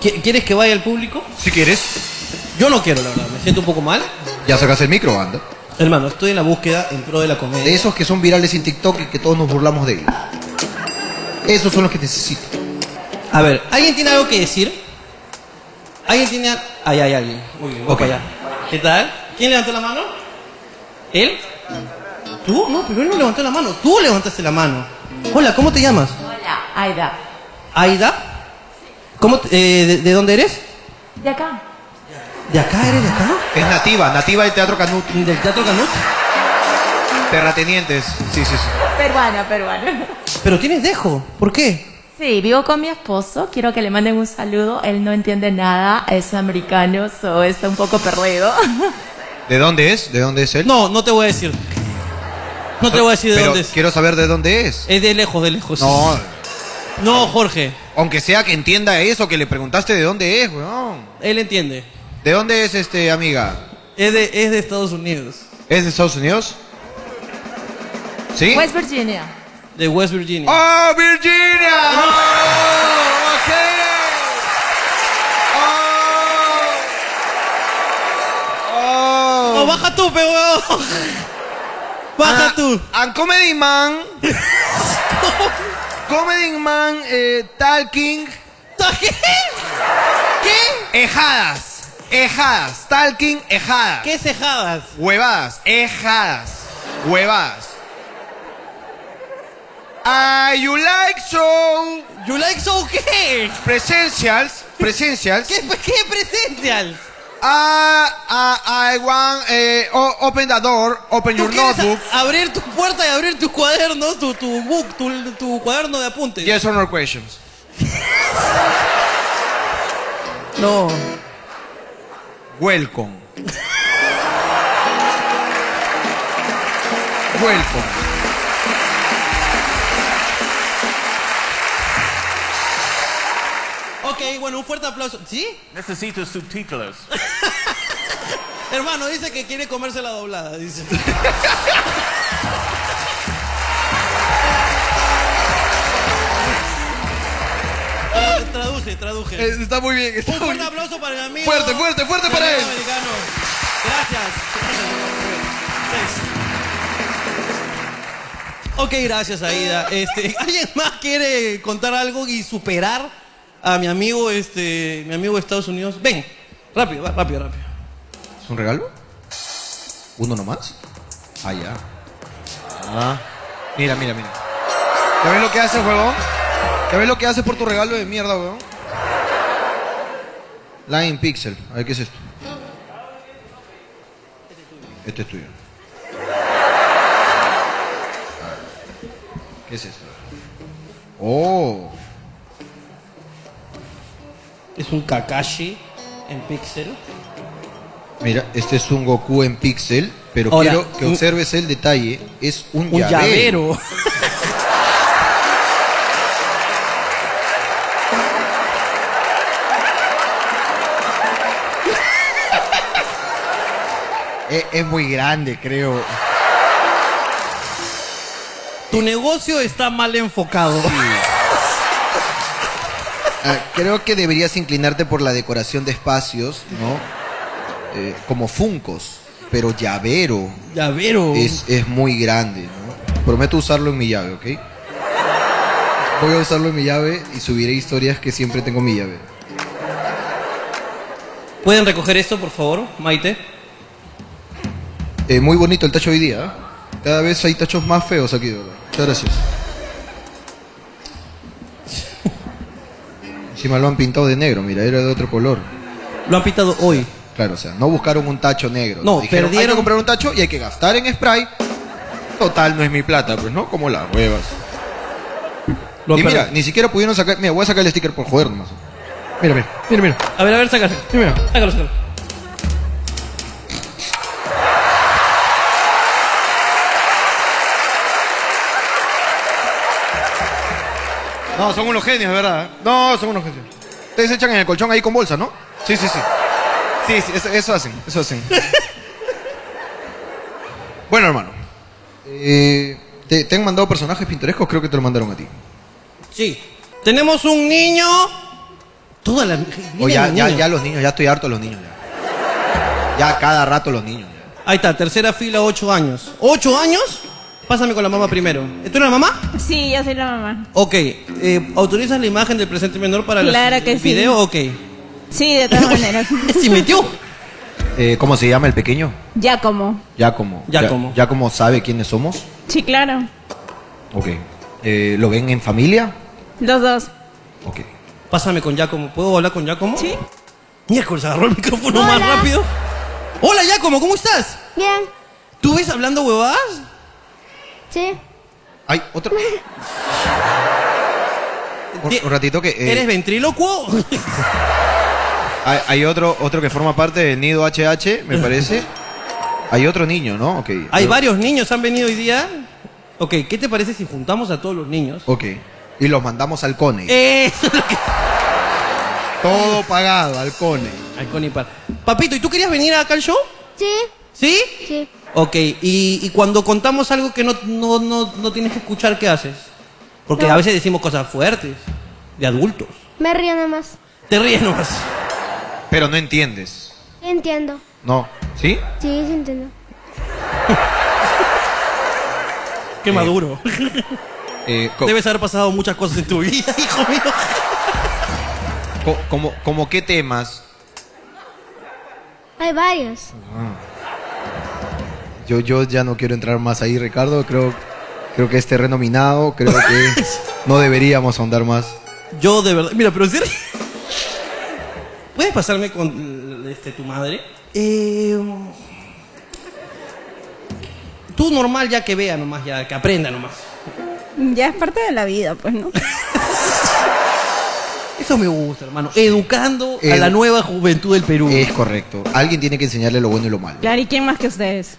¿Qui- ¿Quieres que vaya el público? Si quieres, Yo no quiero, la verdad. Me siento un poco mal. ya sacas el micro, anda. Hermano, estoy en la búsqueda en pro de la De comedia. esos que son virales en TikTok y que todos nos burlamos de ellos. Esos son los que necesito. A ver, ¿alguien tiene algo que decir? ¿Alguien tiene.? a- Ahí hay alguien. Muy bien, voy Ok. para allá. ¿Qué tal? ¿Quién levantó la mano? ¿Él? ¿Tú? No, pero él no levantó la mano. Tú levantaste la mano. Hola, ¿cómo te llamas? Hola, Aida. ¿Aida? ¿Cómo te- eh, de, de dónde eres? De acá. ¿De acá eres? ¿De acá? Es nativa, nativa del Teatro Canut. ¿Del Teatro Canut? Terratenientes. Sí, sí, sí. Peruana, peruana. Pero tienes dejo. ¿Por qué? Sí, vivo con mi esposo. Quiero que le manden un saludo. Él no entiende nada. Es americano, so está un poco perdido. ¿De dónde es? ¿De dónde es él? No, no te voy a decir. No te voy a decir de Pero dónde es. Quiero saber de dónde es. Es de lejos, de lejos. No, No, Jorge. aunque sea que entienda eso, que le preguntaste de dónde es, weón. Él entiende. ¿De dónde es este, amiga? Es de, es de Estados Unidos. ¿Es de Estados Unidos? ¿Sí? Pues West Virginia. De West Virginia. ¡Oh, Virginia! ¡Oh, ok! ¡Oh! No, baja tú, pe huevón. Baja Ah, tú. And Comedy Man. Comedy Man eh, Talking. ¿Qué? ¿Qué? Ejadas. Ejadas. Talking ejadas. ¿Qué cejadas? Huevadas. Ejadas. Huevadas. Ah, you like so ¿You like so qué? presentials. Presentials. ¿Qué, qué presencial? Ah, ah, I want eh, o- open the door, open ¿Tú your quieres notebook. a- abrir tu puerta y abrir tus cuadernos, tu, tu book, tu, tu cuaderno de apuntes? Yes or no questions. No. Welcome. Welcome. Ok, bueno, un fuerte aplauso. ¿Sí? Necesito subtítulos. Hermano, dice que quiere comerse la doblada, dice. Ah, Traduce, traduje. Eh, está muy bien. está Un muy fuerte bien. aplauso para mi amigo. Fuerte, fuerte, fuerte mi para amigo él. americano. Gracias. Ok, gracias Aida. Este, ¿Alguien más quiere contar algo y superar a mi amigo, este, mi amigo de Estados Unidos? Ven, rápido, va, rápido, rápido. ¿Es un regalo? ¿Uno nomás? Ah, ya. Ah. Mira, mira, mira. ¿Ya ves lo que haces, huevón? ¿Ya ves lo que haces por tu regalo de mierda, huevón? Line Pixel. A ver, ¿qué es esto? Este es tuyo. ¿Qué es esto? Oh. Es un Kakashi en pixel. Mira, este es un Goku en pixel, pero Ahora, quiero que un- observes el detalle. Es un, Un llavero. llavero. Es, Eh, es muy grande, creo. Tu negocio está mal enfocado. Ah, creo que deberías inclinarte por la decoración de espacios, ¿no? Eh, como funcos, pero llavero Llavero. es, es muy grande, ¿no? Prometo usarlo en mi llave, ¿ok? Voy a usarlo en mi llave y subiré historias que siempre tengo en mi llave. ¿Pueden recoger esto, por favor, Maite? Eh, muy bonito el tacho hoy día. ¿eh? Cada vez hay tachos más feos aquí, de verdad. Muchas gracias. Encima lo han pintado de negro, mira, era de otro color. Lo han pintado hoy. Claro, o sea, no buscaron un tacho negro. No, Dijeron, Hay que perdieron- comprar un tacho y hay que gastar en spray. Total, no es mi plata, pues, ¿no? Como las huevas. Lo y han mira, perdido. ni siquiera pudieron sacar... Mira, voy a sacar el sticker por joder nomás. Mira, mira, mira, mira. A ver, a ver, sácalo. Mira. Sácalo, sácalo. No, son unos genios, de verdad. ¿eh? No, son unos genios. Ustedes se echan en el colchón ahí con bolsa, ¿no? Sí, sí, sí. Sí, sí, eso, eso hacen, eso hacen. bueno, hermano. Eh, ¿te, te han mandado personajes pintorescos? Creo que te lo mandaron a ti. Sí. Tenemos un niño Toda la. O Oye, ya, ya, ya los niños, ya estoy harto de los niños. Ya, ya cada rato los niños. ya. Ahí está, tercera fila, ocho años. ¿Ocho años? Pásame con la mamá primero. ¿Tú eres la mamá? Sí, yo soy la mamá. Ok. eh, ¿Autorizas la imagen del presente menor para las- Claro el que sí. video? Ok. Sí, de todas maneras. Se metió. Eh, ¿Cómo se llama el pequeño? ya como. Giacomo. Ya Ya- como. Giacomo sabe quiénes somos. Sí, claro. Ok. Eh, ¿Lo ven en familia? Los dos. Ok. Pásame con Giacomo. ¿Puedo hablar con Giacomo? Sí. Miércoles, agarró el micrófono Hola. más rápido. Hola, Giacomo, ¿cómo estás? Bien, ¿Tú ves hablando huevadas? sí, Ay, otro. Un, un ratito que. eh, ¿Eres ventrílocuo? Hay, hay otro, otro que forma parte del nido HH, me parece. Hay otro niño, ¿no? Ok. Hay Yo- varios niños, han venido hoy día. Ok, ¿qué te parece si juntamos a todos los niños? Ok. Y los mandamos al Eh. Cone. Eso es lo que... Todo pagado, al Cone. Al Conipar. Papito, ¿y tú querías venir acá al show? sí, ¿Sí? sí. Ok, y, y cuando contamos algo que no, no, no, no tienes que escuchar, ¿qué haces? Porque No. a veces decimos cosas fuertes, de adultos. Me río nada más. Te ríes nomás. Pero no entiendes. Entiendo. No. ¿Sí? Sí, sí entiendo. Qué maduro. Eh, co- Debes haber pasado muchas cosas en tu vida, hijo mío. co- como, como qué temas. Hay varios. Yo, yo ya no quiero entrar más ahí, Ricardo. Creo, creo que es terreno minado. Creo que no deberíamos ahondar más. Yo de verdad. Mira, pero en serio. ¿Puedes pasarme con este, tu madre? Eh, tú normal ya que vea nomás, ya que aprenda nomás. Ya es parte de la vida, pues, ¿no? Eso me gusta, hermano. Educando a Edu- Eh. la nueva juventud del Perú. Es correcto. Alguien tiene que enseñarle lo bueno y lo malo. Claro, ¿y quién más que ustedes?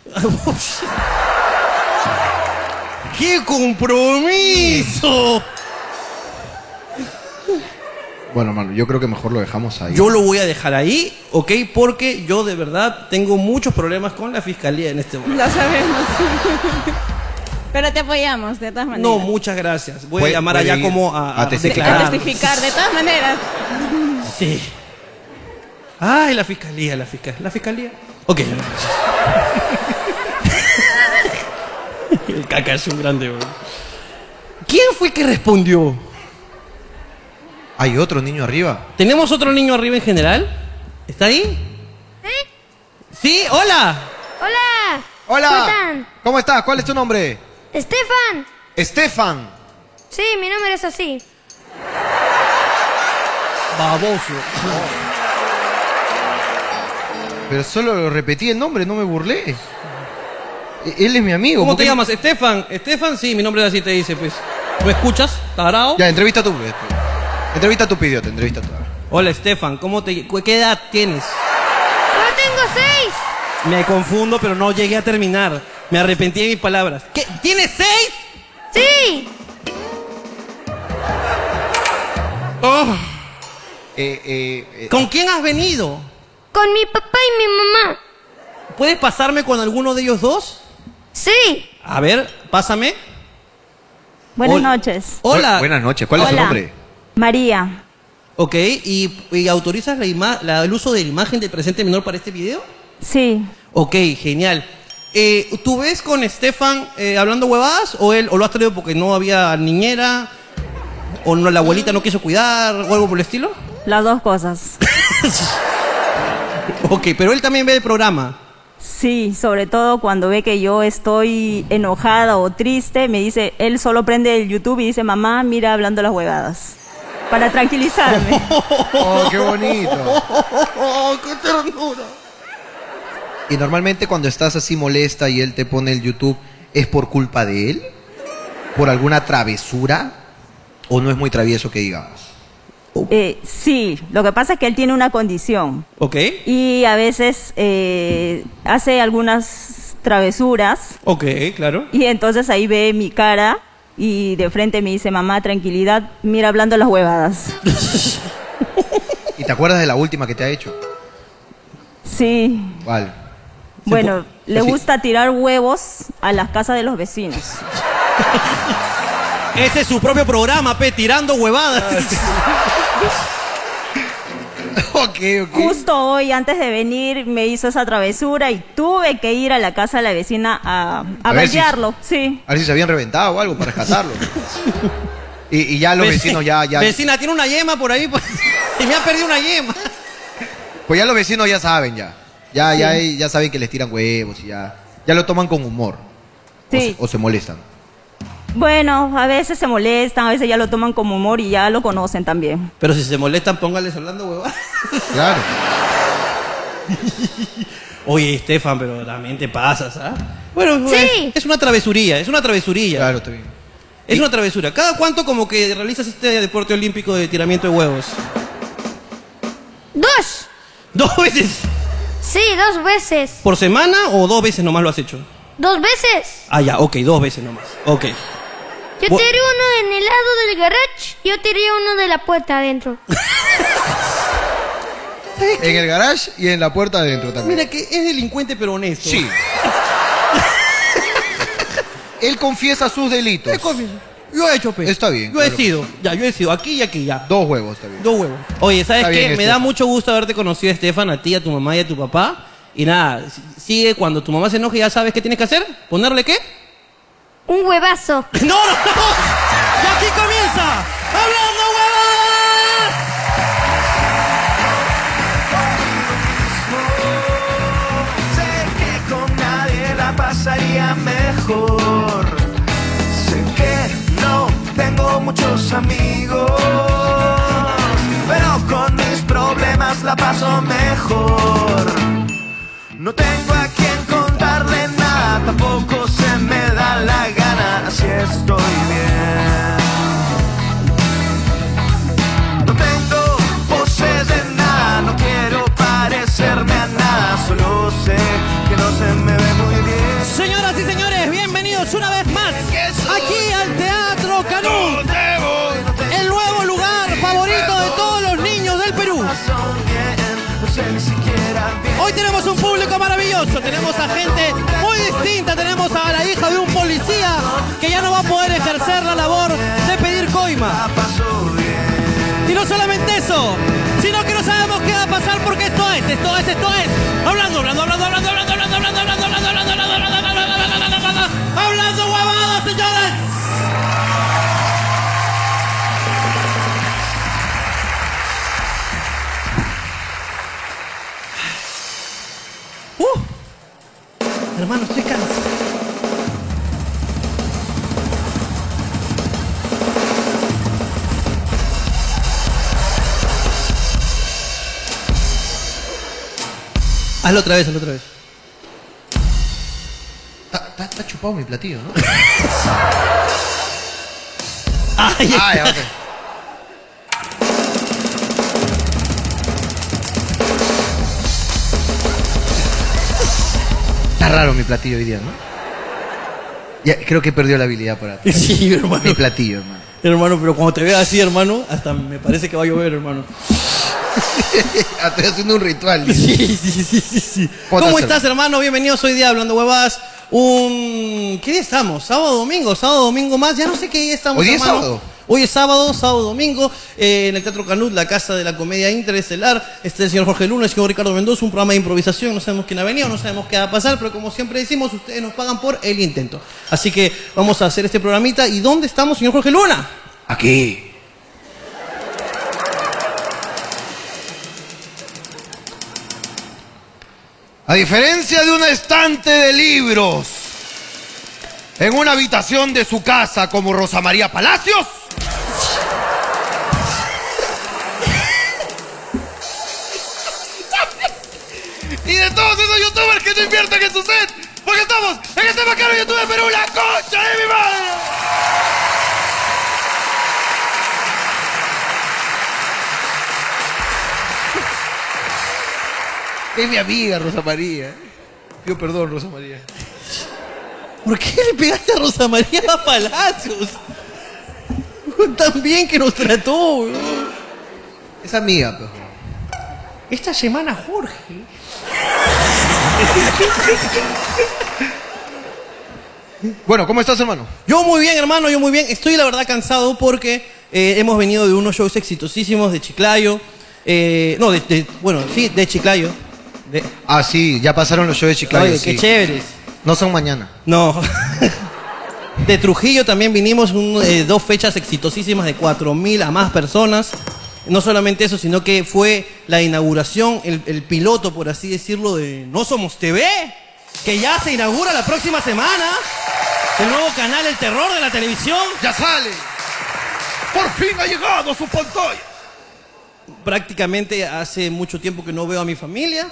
¡Qué compromiso! Bueno, hermano, yo creo que mejor lo dejamos ahí. Yo lo voy a dejar ahí, ¿ok? Porque yo de verdad tengo muchos problemas con la fiscalía en este momento. Lo sabemos. Pero te apoyamos, de todas maneras. No, muchas gracias. Voy a Puede- llamar puede allá ir como a, a a testificar. A declarar. testificar, de todas maneras. Sí. Ay, la fiscalía, la fiscalía. La fiscalía. Ok. El caca es un grande, bro. ¿Quién fue que respondió? Hay otro niño arriba. ¿Tenemos otro niño arriba en general? ¿Está ahí? ¿Eh? Sí, hola. ¡Hola! ¿Cómo están? Hola. ¿Cómo estás? ¿Cuál es tu nombre? ¡Estefan! Estefan. Sí, mi nombre es así. Baboso. Pero solo repetí el nombre, no me burlé. E- Él es mi amigo. ¿Cómo ¿por te qué no- llamas? Estefan. Estefan, sí, mi nombre es así, te dice, pues. ¿Me escuchas? ¿Tarao? Ya, entrevista tú. pues. Entrevista tú, pidió, entrevista tú. Hola, Estefan. ¿Cómo te... cu- ¿Qué edad tienes? ¡Yo tengo seis! Me confundo, pero no llegué a terminar. Me arrepentí de mis palabras. ¿Qué? ¿Tienes seis? ¡Sí! Eh, eh, eh, ¿Con quién has venido? Con mi papá y mi mamá. ¿Puedes pasarme con alguno de ellos dos? ¡Sí! A ver, pásame. Buenas Hola. noches. bu- Hola. Buenas noches. ¿Cuál es Hola. tu nombre? María. Ok, ¿y, y autorizas la ima- la- el uso de la imagen del presente menor para este video? Sí. Ok, genial. Eh, ¿Tú ves con Estefan eh, hablando huevadas o él o lo has traído porque no había niñera o no, la abuelita no quiso cuidar o algo por el estilo? Las dos cosas. Ok, pero él también ve el programa. Sí, sobre todo cuando ve que yo estoy enojada o triste, me dice, él solo prende el YouTube y dice, mamá, mira hablando las huevadas. Para tranquilizarme. Oh, qué bonito. ¡Oh, qué ternura! Y normalmente cuando estás así molesta y él te pone el YouTube, ¿es por culpa de él? ¿Por alguna travesura? ¿O no es muy travieso que digamos? Eh, sí, lo que pasa es que él tiene una condición Ok, y a veces eh, hace algunas travesuras ok, claro. y entonces ahí ve mi cara y de frente me dice, mamá, tranquilidad, mira hablando las huevadas. ¿Y te acuerdas de la última que te ha hecho? Sí, ¿Cuál? Bueno, Sí. le pues, gusta tirar huevos a las casas de los vecinos. Ese es su propio programa, pe, tirando huevadas. ok, ok. Justo hoy, antes de venir, me hizo esa travesura y tuve que ir a la casa de la vecina a, a, A ver si- bailarlo. Sí. A ver si se habían reventado o algo para rescatarlo. y, y ya los vecinos ya, ya. Vecina, tiene una yema por ahí. Pues, se me ha perdido una yema. Pues ya los vecinos ya saben ya. Ya, ya, ya saben que les tiran huevos y ya. Ya lo toman con humor. O Sí. se- O, se molestan. Bueno, a veces se molestan, a veces ya lo toman como humor y ya lo conocen también. Pero si se molestan, póngales hablando huevadas. Claro. Oye, Estefan, pero también te pasas, ¿ah? Bueno, pues, Sí. es, es una travesurilla, es una travesurilla. Claro, está bien. Es una travesura. ¿Cada cuánto como que realizas este deporte olímpico de tiramiento de huevos? Dos. ¿Dos veces Sí, dos veces. por semana o dos veces nomás lo has hecho? Dos veces. Ah, ya, ok, dos veces nomás. Ok. Yo Bu- tiré uno en el lado del garage. Yo tiré uno de la puerta adentro. En el garage y en la puerta adentro también. Mira que es delincuente pero honesto. Sí. Él confiesa sus delitos. Es confi- Yo he hecho, pe. Está bien, Yo he claro. sido. Ya, yo he sido. Aquí y aquí, ya. Dos huevos también. Dos huevos. Oye, ¿sabes Está qué? bien, Me da Estefan. mucho gusto haberte conocido, Estefan, a ti, a tu mamá y a tu papá. Y nada, si- sigue cuando tu mamá se enoje, ya sabes qué tienes que hacer. ¿Ponerle qué? Un huevazo. ¡No, no, no! ¡Y aquí comienza! ¡Hablando huevadas! Sé que con nadie la pasaría mejor. Sé que no tengo muchos amigos, pero con mis problemas la paso mejor. No tengo a quien contarle nada, tampoco se me da la gana, así estoy bien. No tengo poses de nada, no quiero parecerme a nada, solo sé que no se me ve muy bien. Señoras y señores, bienvenidos una vez más aquí al Teatro Canú, el nuevo lugar favorito de todos los niños del Perú. Son bien, no sé ni siquiera bien. Hoy tenemos un público maravilloso, tenemos a gente muy distinta, tenemos a la hija de un policía que ya no va a poder ejercer la labor de pedir coima. Y no solamente eso, sino que no sabemos qué va a pasar porque esto es, esto es, esto es. Hablando, hablando, hablando, hablando, hablando, hablando, hablando, hablando, hablando, hablando, hablando, hablando, hablando, hablando, hablando, hablando, hablando, hablando, huevadas, señores. Uh. Hermano, estoy cansado. Hazlo otra vez, hazlo otra vez. Está, está- está chupado mi platillo, ¿no? Ay, ah, ya, ok. Está raro mi platillo hoy día, ¿no? Ya, creo que perdió la habilidad para Sí, hermano. mi platillo, hermano. Hermano, pero cuando te vea así, hermano, hasta me parece que va a llover, hermano. Ah, Estoy haciendo un ritual. Sí, sí, sí, sí, sí. ¿Cómo Ponte a hacer. estás, hermano? Bienvenido, soy día hablando huevadas. Un... ¿Qué día estamos? ¿Sábado, domingo? ¿Sábado, domingo más? Ya no sé qué día estamos, Hoy día es hermano. sábado. Hoy es sábado, sábado, domingo, eh, en el Teatro Canut, la casa de la comedia interestelar. Este es el señor Jorge Luna, el señor Ricardo Mendoza, un programa de improvisación. No sabemos quién ha venido, no sabemos qué va a pasar, pero como siempre decimos, ustedes nos pagan por el intento. Así que vamos a hacer este programita. ¿Y dónde estamos, señor Jorge Luna? Aquí. A diferencia de un estante de libros, en una habitación de su casa como Rosa María Palacios, y de todos esos youtubers que no invierten en su set, porque estamos en este más caro youtuber Perú, la concha de mi madre. Es mi amiga, Rosa María. Yo perdón, Rosa María. ¿Por qué le pegaste a Rosa María Palacios? Tan bien que nos trató, weón. Es amiga, pero. Esta semana Jorge. Bueno, ¿cómo estás, hermano? Yo muy bien, hermano, yo muy bien. Estoy la verdad cansado porque eh, hemos venido de unos shows exitosísimos de Chiclayo, Eh, no, de, de- bueno, sí, de Chiclayo. De- Ah, sí, ya pasaron los shows de Chiclayo. Oye, sí. qué chéveres. No son mañana. No. De Trujillo también vinimos un- eh, dos fechas exitosísimas de 4.000 a más personas. No solamente eso, sino que fue la inauguración, el, el piloto, por así decirlo, de No Somos TV, que ya se inaugura la próxima semana. El nuevo canal El Terror de la Televisión. ¡Ya sale! ¡Por fin ha llegado su pantalla! Prácticamente hace mucho tiempo que no veo a mi familia,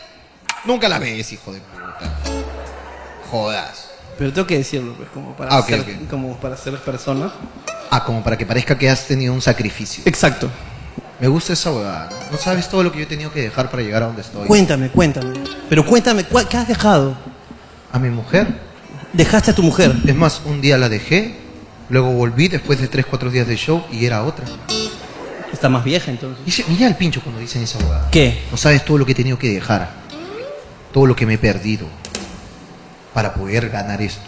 Nunca la ves, hijo de puta. Jodas. pero tengo que decirlo, pues, como para, Ah, ok, ser, ok. como para ser persona. Ah, como para que parezca que has tenido un sacrificio. Exacto. Me gusta esa huevada. ¿no? No sabes todo lo que yo he tenido que dejar para llegar a donde estoy. Cuéntame, cuéntame. Pero cuéntame, ¿cuál- ¿qué has dejado? A mi mujer. Dejaste a tu mujer. Es más, un día la dejé, luego volví después de 3, 4 días de show y era otra. Está más vieja entonces. Y se- mira el pincho cuando dicen esa huevada. ¿Qué? No sabes todo lo que he tenido que dejar. Todo lo que me he perdido. Para poder ganar esto.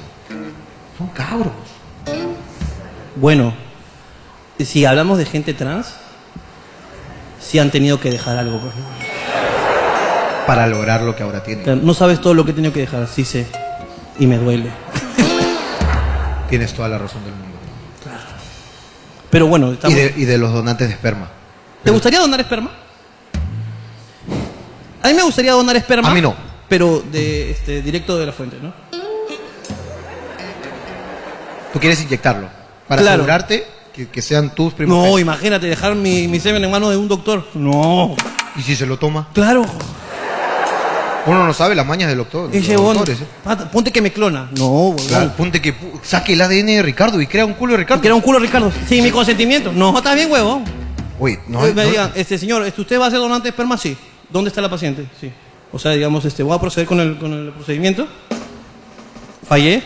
Son cabros. Bueno, si hablamos de gente trans, sí han tenido que dejar algo. pues, ¿no? Para lograr lo que ahora O sea, tienen. No sabes todo lo que he tenido que dejar, sí sé. Y me duele. Tienes toda la razón del mundo. Pero bueno, Y estamos- de, y de los donantes de esperma. ¿te gustaría donar esperma? A mí me gustaría donar esperma. A mí no. Pero de este, directo de la fuente, ¿no? Tú quieres inyectarlo. Para Claro. asegurarte que, que sean tus primos. No, imagínate, dejar mi, mi semen en manos de un doctor. No. ¿Y si se lo toma? Claro. Uno no sabe las mañas del doctor. los Ese bono. doctores, ¿eh? Pata, Ponte que me clona. No, huevón. Claro, ponte que pu- saque el ADN de Ricardo y crea un culo de Ricardo. Que era un culo, Ricardo. Sin mi consentimiento. No, está bien, huevón. Oye, no, Eh, me no- digan, este señor, este, ¿usted va a ser donante de esperma? Sí. ¿Dónde está la paciente? Sí. O sea, digamos, este, voy a proceder con el, con el procedimiento. Fallé.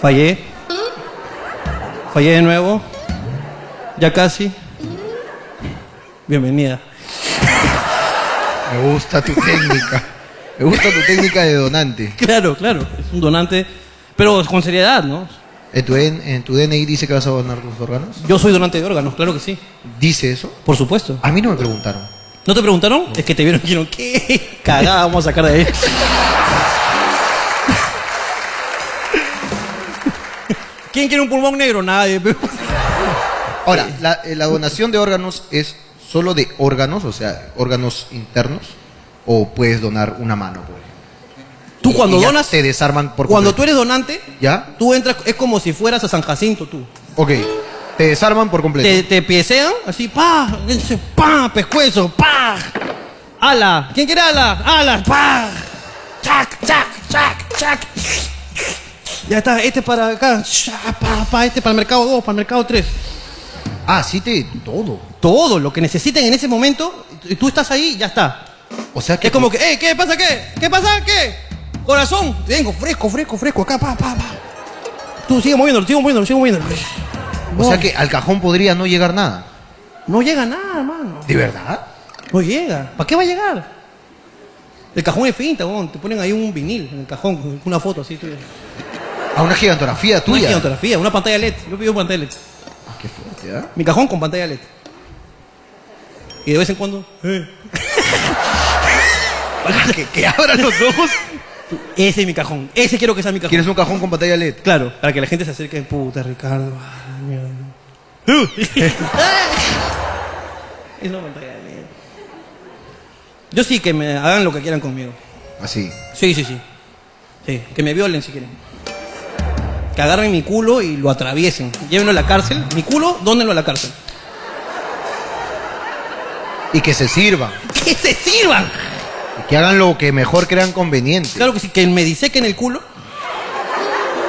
Fallé. Fallé de nuevo. Ya casi. Bienvenida. me gusta tu técnica. Me gusta tu técnica de donante. Claro, claro. Es un donante, pero con seriedad, ¿no? ¿En tu, en, en tu DNI dice que vas a donar tus órganos? Yo soy donante de órganos, claro que sí. ¿Dice eso? Por supuesto. A mí no me preguntaron. ¿No te preguntaron? Es que te vieron y dijeron, ¿qué? Cagada, vamos a sacar de ahí. ¿Quién quiere un pulmón negro? Nadie. pero- Ahora, la, eh, la donación de órganos es solo de órganos, o sea, órganos internos, o puedes donar una mano. por ejemplo? Tú cuando Y ya donas, te desarman por cuando tú eres completo. donante, ¿Ya? tú entras, es como si fueras a San Jacinto tú. Ok, te desarman por completo. Te, te piesean, así, pa, ese, pa, pescuezo, pa. Ala, ¿quién quiere ala? Ala, pa. Chac, chac, chac, chac. Ya está, este para acá, cha, pa, pa, este para el mercado 2, para el mercado 3. Ah, sí, te todo. todo lo que necesiten en ese momento, y tú estás ahí, ya está. O sea que Es como que, hey, ¿qué pasa qué? ¿Qué pasa qué? Corazón, vengo, fresco, fresco, fresco, acá, pa, pa, pa. Tú sigue moviéndolo, sigue moviéndolo, sigue moviéndolo. O sea que al cajón podría no llegar nada. No llega nada, hermano. ¿De verdad? No llega. ¿Para qué va a llegar? El cajón es finta, weón. te ponen ahí un vinil en el cajón, con una foto así tuya. A Ah, una gigantografía Una tuya. gigantografía, una pantalla LED. Yo pido pantalla LED. Ah, qué fuerte, ¿ah? Mi cajón con pantalla LED. Y de vez en cuando, eh, Que, que abra los ojos. ese es mi cajón. Ese quiero que sea mi cajón. ¿Quieres un cajón con pantalla LED? Claro, para que la gente se acerque. Puta, Ricardo. ay, mierda. Es una pantalla de mierda. Yo sí que me hagan lo que quieran conmigo. Así. Sí, sí, sí. Sí, que me violen si quieren. Que agarren mi culo y lo atraviesen. Llévenlo a la cárcel. Mi culo, dónenlo a la cárcel. Y que se sirvan. ¡Que se sirvan! Y que hagan lo que mejor crean conveniente. Claro que sí, que me disequen el culo.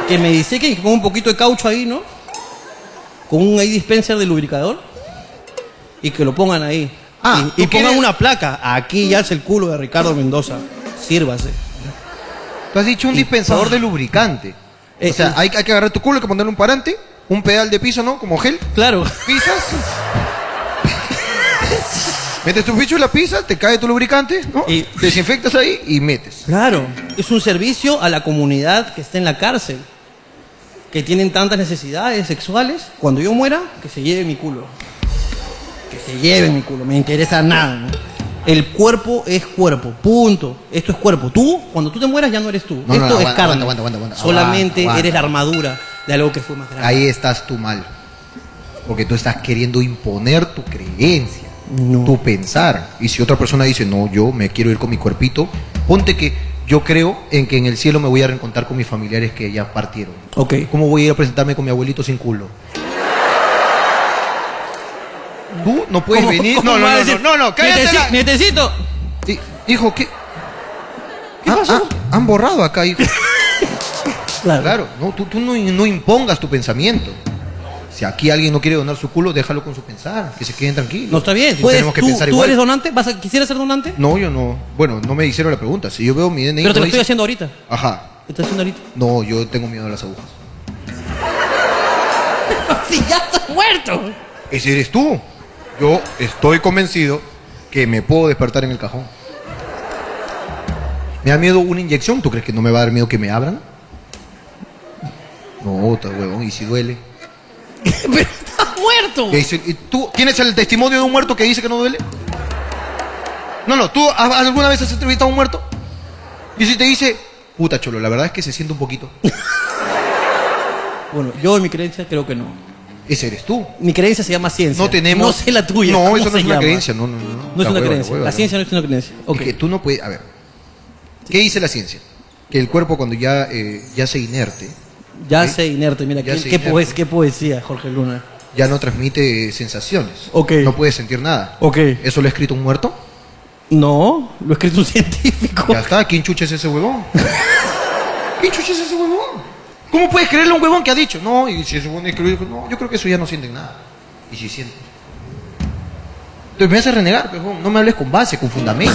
Que me disequen y que ponga un poquito de caucho ahí, ¿no? Con un ahí dispenser de lubricador. Y que lo pongan ahí. Ah, y, y ¿tú pongan quieres- una placa. Aquí ya es el culo de Ricardo Mendoza. Sírvase. Tú has dicho un Y- dispensador de lubricante. Eh, o sea, eh. hay, hay que agarrar tu culo, hay que ponerle un parante, un pedal de piso, ¿no? Como gel. Claro. Pisas. metes tu bicho en la pizza, te cae tu lubricante, ¿no? Y- Desinfectas ahí y metes. Claro. Es un servicio a la comunidad que está en la cárcel. Que tienen tantas necesidades sexuales. Cuando yo muera, que se lleve mi culo. Que se lleven mi culo, me interesa nada. ¿no? El cuerpo es cuerpo, punto. Esto es cuerpo. Tú, cuando tú te mueras, ya no eres tú. No, no, Esto no, es aguanta, carne. aguanta, aguanta, aguanta. Solamente Aguanta, eres la armadura de algo que fue más grande. Ahí estás tú mal. Porque tú estás queriendo imponer tu creencia, No. tu pensar. Y si otra persona dice, no, yo me quiero ir con mi cuerpito, ponte que yo creo en que en el cielo me voy a reencontrar con mis familiares que ya partieron. Ok. ¿Cómo voy a ir a presentarme con mi abuelito sin culo? Tú no puedes ¿Cómo- venir. cómo no, no, va a no, decir, no, no, no, cállate "Nieteci- la- Nietecito. Hi- Hijo, ¿qué? Ah, ah, han borrado acá, hijo. Claro. Claro, no, tú, tú no, no impongas tu pensamiento. Si aquí alguien no quiere donar su culo, déjalo con su pensar, que se queden tranquilos. No está bien. Si Puedes- tenemos que ¿Tú, pensar tú igual. eres donante? ¿Vas a- ¿Quisieras ser donante? No, yo no. Bueno, no me hicieron la pregunta. Si yo veo mi DNI. Pero te no lo estoy dice- haciendo ahorita. Ajá. Te estoy haciendo ahorita. No, yo tengo miedo a las agujas. Si ya estás muerto. Ese eres tú. Yo estoy convencido que me puedo despertar en el cajón. ¿Me da miedo una inyección? ¿Tú crees que no me va a dar miedo que me abran? No, está huevón, y si duele. Pero estás muerto. Que dice, ¿y ¿Tú tienes el testimonio de un muerto que dice que no duele? No, no, ¿tú has- alguna vez has entrevistado a un muerto? Y si te dice, puta cholo, la verdad es que se siente un poquito. Bueno, yo en mi creencia creo que no. Ese eres tú. Mi creencia se llama ciencia. No tenemos. No sé la tuya. No, ¿Cómo eso no se es una llama? creencia. No, no, No no. es La una hueva, creencia. hueva, la no. ciencia no es una creencia. Es Ok. que tú no puedes. A ver. ¿Qué dice la ciencia? Que el cuerpo cuando ya, eh, ya se inerte, Ya ok. se inerte, mira, Ya qué, se qué inerte. poes- qué poesía, Jorge Luna. ya no transmite eh, sensaciones. Ok. No puedes sentir nada. Ok. ¿Eso lo ha escrito un muerto? No, lo ha escrito un científico. Ya está, ¿quién chucha es ese huevón? ¿Quién chucha es ese huevón? ¿Cómo puedes creerle a un huevón que ha dicho? No, y si ese huevón escribió, no, yo creo que eso ya no sienten nada. Y si sienten. Entonces me hace renegar, pues, huevón, no me hables con base, con fundamento.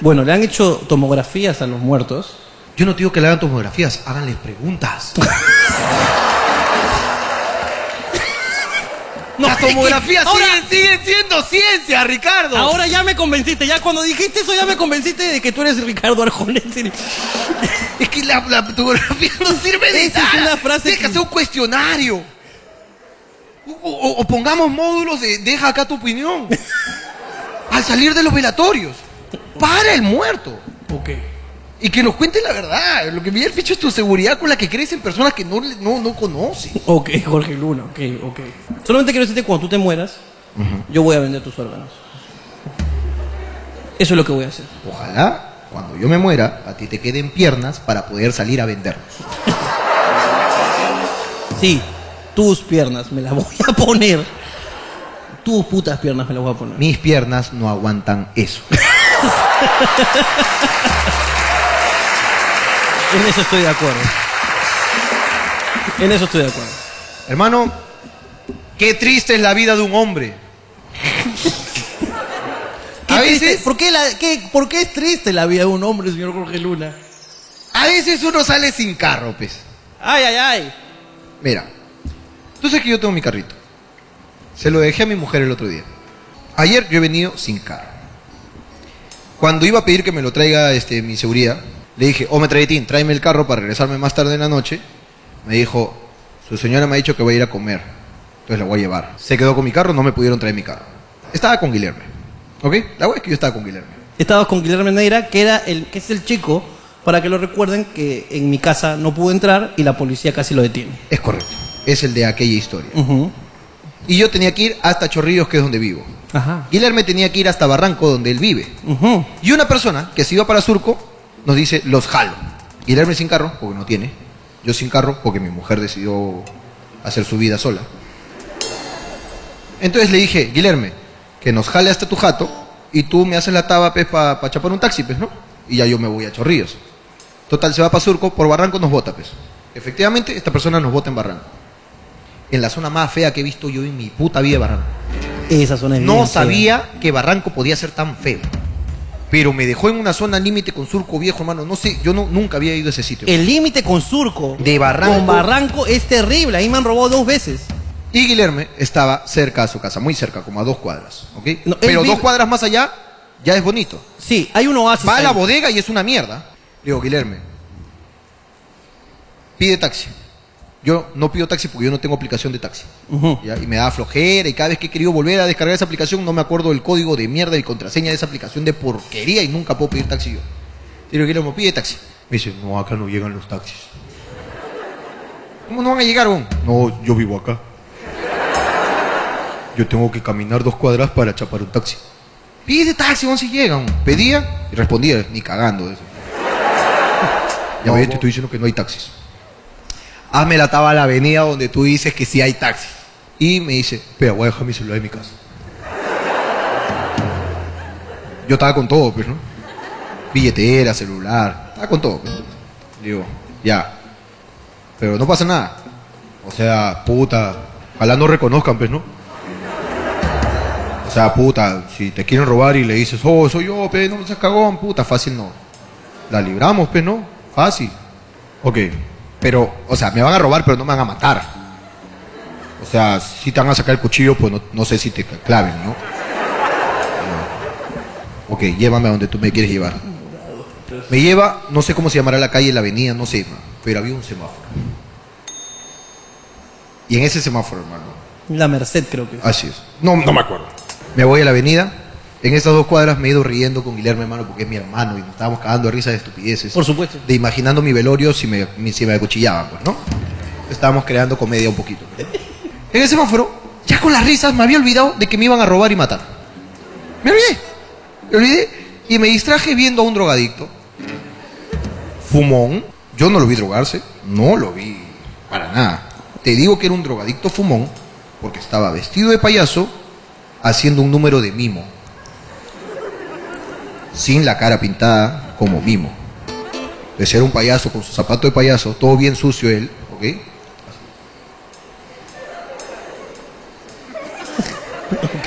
Bueno, le han hecho tomografías a los muertos. Yo no te digo que le hagan tomografías, háganles preguntas. Las es que tomografías ahora- siguen, siguen siendo ciencia, Ricardo. Ahora ya me convenciste, ya cuando dijiste eso ya me convenciste de que tú eres Ricardo Arjona. en serio. Es que la, la tomografía no sirve de Esa es nada. una frase Tienes que que- hacer un cuestionario. O, o- o pongamos módulos de deja acá tu opinión. Al salir de los velatorios. Para el muerto. Ok. Y que nos cuente la verdad. Lo que mira el bicho es tu seguridad con la que crees en personas que no, le- no, no conoces. Ok, Jorge Luna, ok, ok. Solamente quiero decirte que cuando tú te mueras, yo voy a vender tus órganos. Eso es lo que voy a hacer. Ojalá cuando yo me muera, a ti te queden piernas para poder salir a venderlos. Sí, tus piernas me las voy a poner. Tus putas piernas me las voy a poner. Mis piernas no aguantan eso. En eso estoy de acuerdo. En eso estoy de acuerdo. Hermano, qué triste es la vida de un hombre. ¿Qué a triste- veces, ¿por, qué la- qué- por qué es triste la vida de un hombre, señor Jorge Luna? a veces uno sale sin carro, pues. Ay, ay, ay. Mira, tú sabes que yo tengo mi carrito. Se lo dejé a mi mujer el otro día. Ayer yo he venido sin carro. Cuando iba a pedir que me lo traiga este, mi seguridad, le dije, oh, me Tin, tráeme el carro para regresarme más tarde en la noche. Me dijo, su señora me ha dicho que voy a ir a comer, entonces la voy a llevar. Se quedó con mi carro, no me pudieron traer mi carro. Estaba con Guillermo, ¿ok? La wea es que yo estaba con Guillermo. Estaba con Guillermo Neira, que era el, que es el chico, para que lo recuerden, que en mi casa no pudo entrar y la policía casi lo detiene. Es correcto, es el de aquella historia. Ujú. Y yo tenía que ir hasta Chorrillos, que es donde vivo. Ajá. Guillermo tenía que ir hasta Barranco, donde él vive. Ujú. Y una persona que se iba para Surco nos dice, los jalo. Guillermo sin carro, porque no tiene. Yo sin carro, porque mi mujer decidió hacer su vida sola. Entonces le dije, Guillermo, que nos jale hasta tu jato y tú me haces la taba para chapar un taxi, pues, ¿no? Y ya yo me voy a Chorrillos. Total, se va para Surco, por Barranco nos bota, pues. Efectivamente, esta persona nos bota en Barranco. En la zona más fea que he visto yo en mi puta vida de Barranco. Esa zona es No bien fea. sabía que Barranco podía ser tan feo. Pero me dejó en una zona límite con Surco Viejo, hermano. No sé, yo no, nunca había ido a ese sitio. El límite con Surco. De Barranco. Con Barranco es terrible. Ahí me han robado dos veces. Y Guillermo estaba cerca a su casa, muy cerca, como a dos cuadras. ¿ok? No, él Pero vive- dos cuadras más allá ya es bonito. Sí, hay un oasis. Va a la ahí. bodega y es una mierda. Le digo, Guillermo, pide taxi. Yo no pido taxi porque yo no tengo aplicación de taxi. ¿ya? Y me da flojera y cada vez que he querido volver a descargar esa aplicación no me acuerdo del código de mierda y contraseña de esa aplicación de porquería y nunca puedo pedir taxi yo. Y le digo, me pide taxi. Me dice, no, acá no llegan los taxis. ¿Cómo no van a llegar, bon? No, yo vivo acá. Yo tengo que caminar dos cuadras para chapar un taxi. Pide taxi, bon, si llegan. Pedía y respondía, ni cagando. Eso. Ya ves, te estoy diciendo que no hay taxis. Hazme la tabla a la avenida donde tú dices que sí hay taxis. Y me dice, pero voy a dejar mi celular en mi casa. Yo estaba con todo, pues, ¿no? Billetera, celular, estaba con todo. Pues. Digo, ya. Pero no pasa nada. O sea, puta, ojalá no reconozcan, pues, ¿no? O sea, puta, si te quieren robar y le dices, oh, soy yo, pe, no seas cagón, puta, fácil no. La libramos, pe, ¿no? Fácil. Ok. Pero, o sea, me van a robar, pero no me van a matar. O sea, si te van a sacar el cuchillo, pues no, no sé si te claven, ¿no? No. Ok, llévame a donde tú me quieres llevar. Me lleva, no sé cómo se llamará la calle, la avenida, no sé, pero había un semáforo. Y en ese semáforo, hermano, La Merced, creo que. Así es. No, no me acuerdo. Me voy a la avenida. En esas dos cuadras me he ido riendo con Guillermo, hermano, porque es mi hermano y nos estábamos cagando de risa de estupideces. Por supuesto. De imaginando mi velorio si me, mi- si me acuchillaban, pues, ¿no? Estábamos creando comedia un poquito. En el semáforo, ya con las risas, me había olvidado de que me iban a robar y matar. Me olvidé. Me olvidé y me distraje viendo a un drogadicto. Fumón. Yo no lo vi drogarse. No lo vi para nada. Te digo que era un drogadicto fumón porque estaba vestido de payaso haciendo un número de mimo. Sin la cara pintada como mimo. De ser un payaso con su zapato de payaso, todo bien sucio él, ¿ok?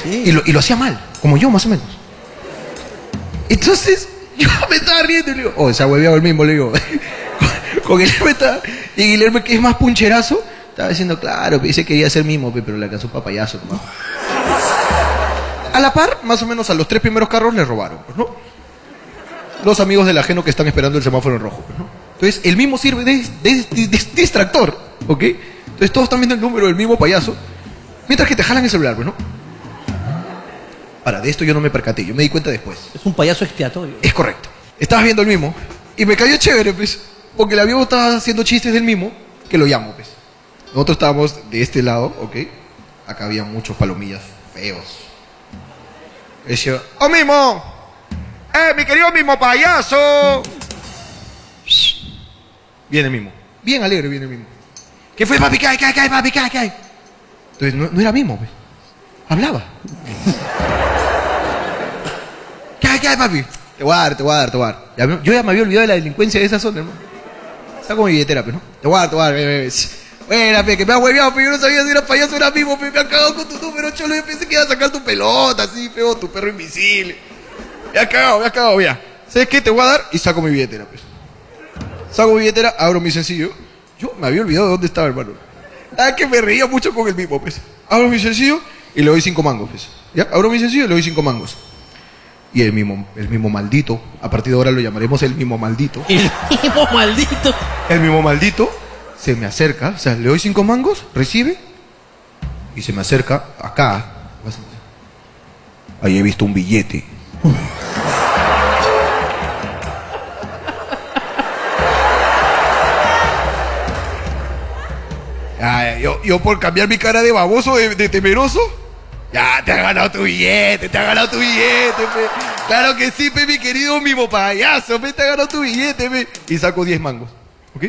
Y lo, y lo hacía mal, como yo más o menos. Entonces, yo me estaba riendo y le digo, oh, se ha hueveado el mismo, le digo. Con Guillermo estaba, y Guillermo, que es más puncherazo, estaba diciendo, claro, dice que quería ser mimo, pe, pero le alcanzó para payaso. nomás". A la par, más o menos a los tres primeros carros le robaron, pues, ¿no? Los amigos del ajeno que están esperando el semáforo en rojo, pues, ¿no? Entonces, el mimo sirve de, de- de- de distractor, ¿ok? Entonces, todos están viendo el número del mismo payaso, mientras que te jalan el celular, pues, ¿no? Para, de esto yo no me percaté, yo me di cuenta después. Es un payaso expiatorio. Es correcto. Estabas viendo el mimo y me cayó chévere, pues, porque la vivo estaba haciendo chistes del mimo que lo llamo, pues. Nosotros estábamos de este lado, ¿ok? Acá había muchos palomillas feos. Y Decía, ¡Oh, mimo! ¡Eh, mi querido mimo payaso! Viene mimo. Bien alegre viene mimo. ¿Qué fue, papi? ¿Qué hay, qué hay, qué hay, papi? ¿Qué hay, qué hay? Entonces, no, no era mimo, pues. Hablaba. ¿Qué hay, qué hay, papi? Te voy a dar, te voy a dar, te voy a dar. Ya me- yo ya me había olvidado de la delincuencia de esa zona, hermano. Saco mi billetera, pero ¿no? Te voy a dar, te voy a dar. ve, ve, ve. Buena, pe, que me has hueveado, pero yo no sabía si eras payaso o eras vivo, pe. Me has cagado con tu número, cholo. Yo pensé que ibas a sacar tu pelota, así, feo, tu perro invisible. Me has cagado, me has cagado, mira. ¿Sabes qué? Te voy a dar y saco mi billetera, pues. Saco mi billetera, abro mi sencillo. Yo me había olvidado de dónde estaba, hermano. Ah, que me reía mucho con el vivo, pues. Abro mi sencillo y le doy cinco mangos, pues. ¿Ya? Abro mi sencillo y le doy cinco mangos. Y el mismo, el mismo maldito, a partir de ahora lo llamaremos el mismo maldito. El mimo maldito. El mismo maldito se me acerca, o sea, le doy cinco mangos, recibe, y se me acerca acá. Ahí he visto un billete. Ah, yo, yo por cambiar mi cara de baboso, de, de temeroso, ya te has ganado tu billete, te has ganado tu billete, pe. Claro que sí, pe, mi querido mimo payaso, pe, te has ganado tu billete, pe. Y saco 10 mangos, ¿ok?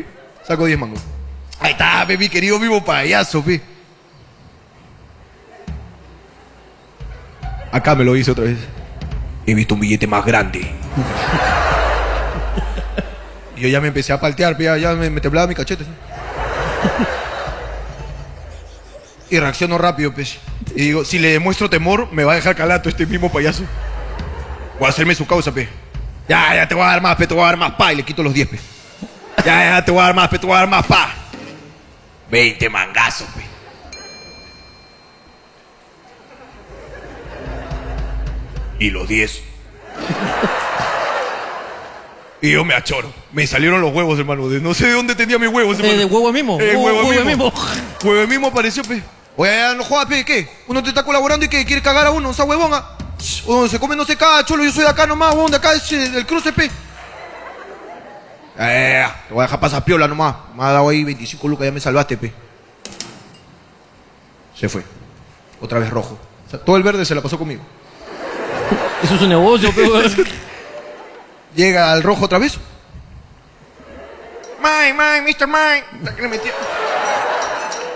Saco 10 mangos. Ahí está, pe, mi querido mimo payaso, pe. Acá me lo hice otra vez. He visto un billete más grande. Y yo ya me empecé a paltear, pe, ya, ya me, me temblaba mi cachete. así. Y reacciono rápido, pues. Y digo, si le demuestro temor, me va a dejar calato este mismo payaso. Voy a hacerme su causa, pe. Ya, ya, te voy a dar más, pe, te voy a dar más, pa. Y le quito los 10, pe. Ya, ya, te voy a dar más, pe, te voy a dar más, pa. 20 mangazos, pe. Y los 10. y yo me achoro. Me salieron los huevos, hermano. De no sé de dónde tenía mis huevos, Eh, hermano. de huevo mismo. Eh, Huevo- huevo, huevo mismo. mismo. Huevo mismo apareció, pe. Oye, ya, no jodas, pe, ¿qué? Uno te está colaborando y que quiere cagar a uno, esa huevona. Uno se come, no se caga, cholo, yo soy de acá nomás, huevón, de acá es eh, del cruce, pe. Eh, te voy a dejar pasar piola nomás. Me ha dado ahí 25 lucas, ya me salvaste, pe. Se fue. Otra vez rojo. O sea, todo el verde se la pasó conmigo. Eso es un negocio, pe, huevón. Llega al rojo otra vez. Mine, mine, Mr. Mine. ¿Está que le metí?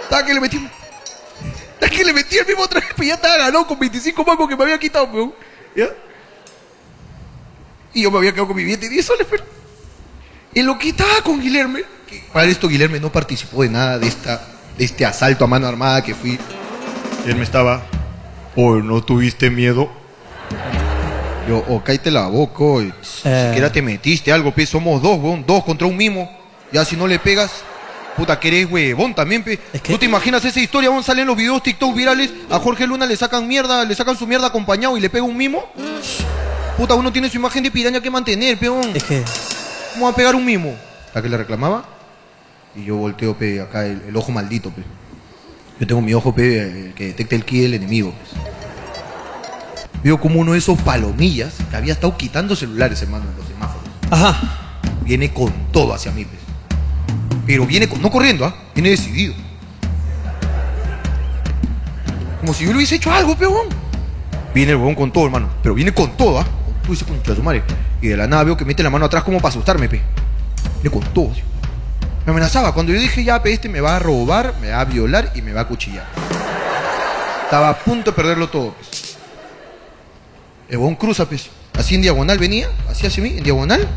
¿Está que le metí? ¿Está que le metí el mismo otra vez? Pues ya estaba ganado con 25 bancos que me había quitado, weón. ¿Ya? Y yo me había quedado con mi billete de 10 soles, pero. Y lo quitaba con Guilherme. que Para esto, Guilherme no participó de nada de, esta, de este asalto a mano armada que fui. Él me estaba. Oh, ¿no tuviste miedo? Yo, o cállate la boca, y Eh. siquiera te metiste algo, pe, somos dos, weón, dos contra un mismo. Ya si no le pegas, puta que eres huevón también, pe. Es que- ¿Tú te imaginas esa historia, weón? Salen los videos TikTok virales, a Jorge Luna le sacan mierda, le sacan su mierda acompañado y le pega un mimo. Puta, uno tiene su imagen de piraña que mantener, peón. Es que. ¿Cómo va a pegar un mimo? La que le reclamaba. Y yo volteo, pe, acá el, el ojo maldito, pe. Yo tengo mi ojo, pe, el que detecta el ki del enemigo. pues. Veo como uno de esos palomillas que había estado quitando celulares, hermano, en los semáforos. Ajá. Viene con todo hacia mí, pues. Pero viene, con- no corriendo, ¿ah? Viene decidido. Como si yo le hubiese hecho algo, peón. Viene el huevón con todo, hermano. Pero viene con todo, ¿ah? Tú dices, concha de su madre. Y de la nada veo que mete la mano atrás como para asustarme, pe. Viene con todo, tío. Me amenazaba. Cuando yo dije, ya, pe, este me va a robar, me va a violar y me va a cuchillar. Estaba a punto de perderlo todo, pues. El huevón cruza, pues. Así en diagonal venía, así hacia mí, en diagonal.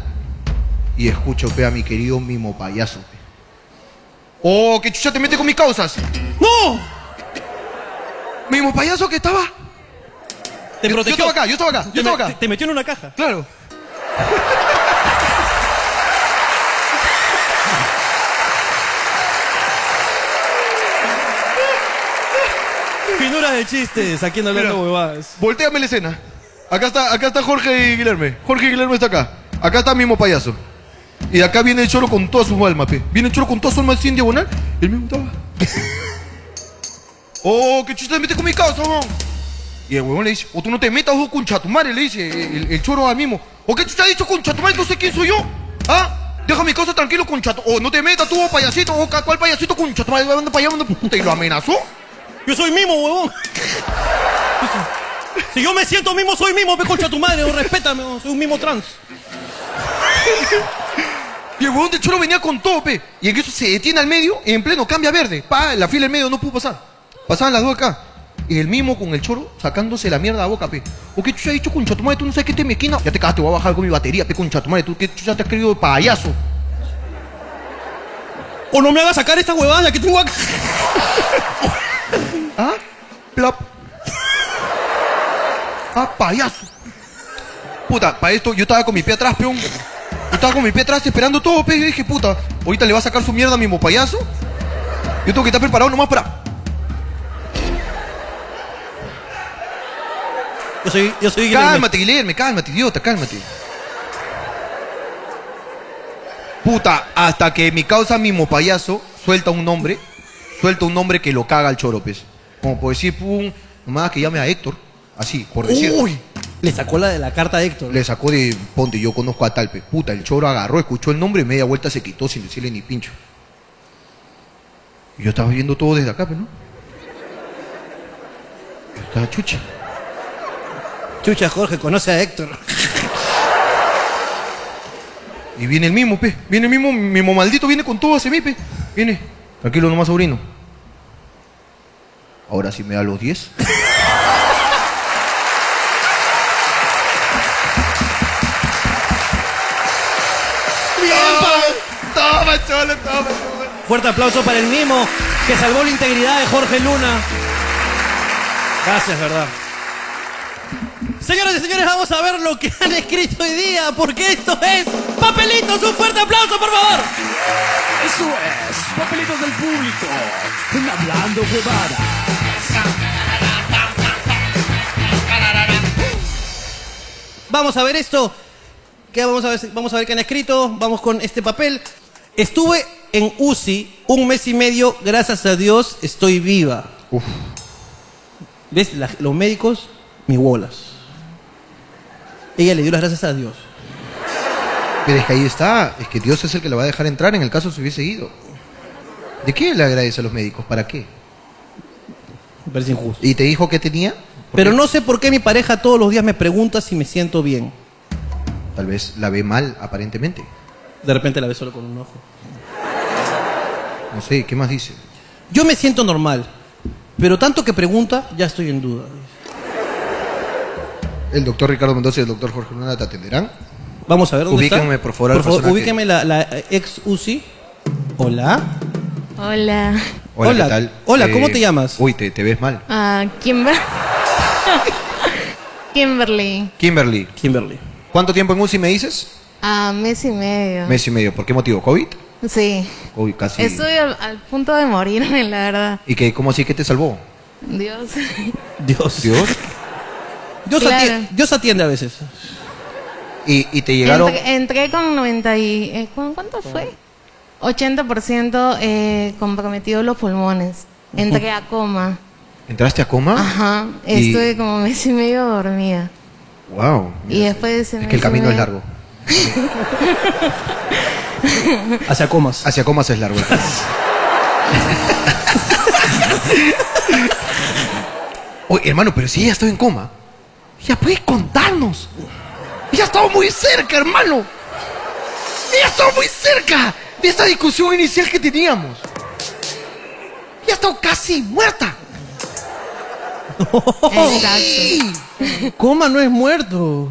Y escucho, pe, a mi querido mimo payaso, pe. ¡Oh, que chucha te mete con mis causas! ¡No! Mimo payaso que estaba. Te yo, yo protegió. estaba acá, yo estaba acá, yo Te estaba me- acá. Te, te metió en una caja. Claro. Finuras de chistes, aquí no Mira, hablando huevadas. volteame la escena. Acá está, acá está Jorge Guillerme. Jorge Guillerme está acá. Acá está Mimo Payaso. Y de acá viene el choro con toda su alma, pe. Viene el choro con toda su alma sin diagonal. El mismo estaba. oh, qué chiste te metes con mi causa, huevón. Y el huevón le dice, o tú no te metas vos con chatumare, le dice el, el choro a Mimo. O qué chiste ha dicho con chatumare, no sé quién soy yo. ¿Ah? Deja mi causa tranquilo con chato. O no te metas tú, oh, payasito. O cuál payasito con chatumare. Anda para allá, anda puta. Y lo amenazó. Yo soy mimo, huevón. Si yo me siento mimo, soy mimo, pe concha tu madre, o respétame, o soy un mimo trans. Y el huevón del choro venía con todo, pe. Y en eso se detiene al medio, en pleno, cambia a verde. Pa, la fila en medio no pudo pasar. Pasaban las dos acá. Y el mismo con el choro sacándose la mierda a boca, pe. ¿O qué chucha has dicho, concha tu madre? Tú no sabes que te me esquina. Ya te cagaste, voy a bajar con mi batería, pe, concha tu madre. ¿Tú qué chucha te has creído de payaso? O no me hagas sacar esta huevada que tengo acá. ¿Ah? Plop. Ah, payaso. Puta, para esto yo estaba con mi pie atrás, peón. Yo estaba con mi pie atrás esperando todo, pe. Yo dije, puta, ahorita le va a sacar su mierda a mismo payaso. Yo tengo que estar preparado nomás para. Yo soy, yo soy Guillermo. Cálmate, Guillermo, cálmate, idiota, cálmate. Puta, hasta que mi causa mismo payaso suelta un nombre, suelta un nombre que lo caga al choro, pues. Como por decir, pum, nomás que llame a Héctor. Así, por decir. Uy, le sacó la de la carta a Héctor. Le sacó de ponte, yo conozco a Talpe. Puta, el choro agarró, escuchó el nombre y media vuelta se quitó sin decirle ni pincho. Y yo estaba viendo todo desde acá, pero no. Yo estaba chucha. Chucha, Jorge, conoce a Héctor. Y viene el mismo, pe. Viene el mismo, mismo maldito, viene con todo hacia mí, pe. Viene. Tranquilo nomás, sobrino. Ahora sí me da los 10. toma, cholo, toma, cholo. Fuerte aplauso para el mimo que salvó la integridad de Jorge Luna. Gracias, verdad. Señoras y señores, vamos a ver lo que han escrito hoy día, porque esto es papelitos. Un fuerte aplauso, por favor. Eso es, papelitos del público, en hablando huevadas. Vamos a ver esto. ¿Qué vamos a ver? Vamos a ver qué han escrito. Vamos con este papel. Estuve en UCI un mes y medio. Gracias a Dios estoy viva. Uf. ¿Ves? La- los médicos, mis bolas. Ella le dio las gracias a Dios. Pero es que ahí está, es que Dios es el que la va a dejar entrar en el caso se hubiese ido. ¿De qué le agradece a los médicos? ¿Para qué? Me parece injusto. ¿Y te dijo qué tenía? Pero no sé por qué mi pareja todos los días me pregunta si me siento bien. Tal vez la ve mal, aparentemente. De repente la ve solo con un ojo. No sé, ¿qué más dice? Yo me siento normal, pero tanto que pregunta, ya estoy en duda. El doctor Ricardo Mendoza y el doctor Jorge Luna te atenderán. Vamos a ver dónde Ubíquenme, está. por favor, al personaje. ubíquenme la, la, eh, ex UCI. Hola. Hola. Hola, Hola, ¿qué tal? Eh, hola, ¿cómo te llamas? Uy, te, te ves mal. Ah, Kimber... Kimberly. Kimberly, Kimberly. ¿cuánto tiempo en UCI me dices? Ah, mes y medio. Mes y medio. ¿Por qué motivo? ¿COVID? Sí. Uy, casi. Estuve al, al punto de morirme, la verdad. ¿Y qué, cómo así que te salvó? Dios. Dios. Dios, ¿Dios? Claro. atiende, Dios atiende a veces. Y, y te llegaron... Entré, entré con 90 y... eh, ¿cu- ¿Cuánto fue? 80% eh, comprometido los pulmones. Entré a coma. ¿Entraste a coma? Ajá. Y- Estuve como mes y medio dormida. Wow. Y después de ese Es mes que el y camino es medio- largo. Hacia comas. Hacia comas es largo. el camino. Oye, hermano, pero si ella estado en coma, ella puede contarnos. Ella ha estado muy cerca, hermano. Ella ha estado muy cerca de esa discusión inicial que teníamos. Ella ha estado casi muerta. Exacto. Sí. Coma no es muerto.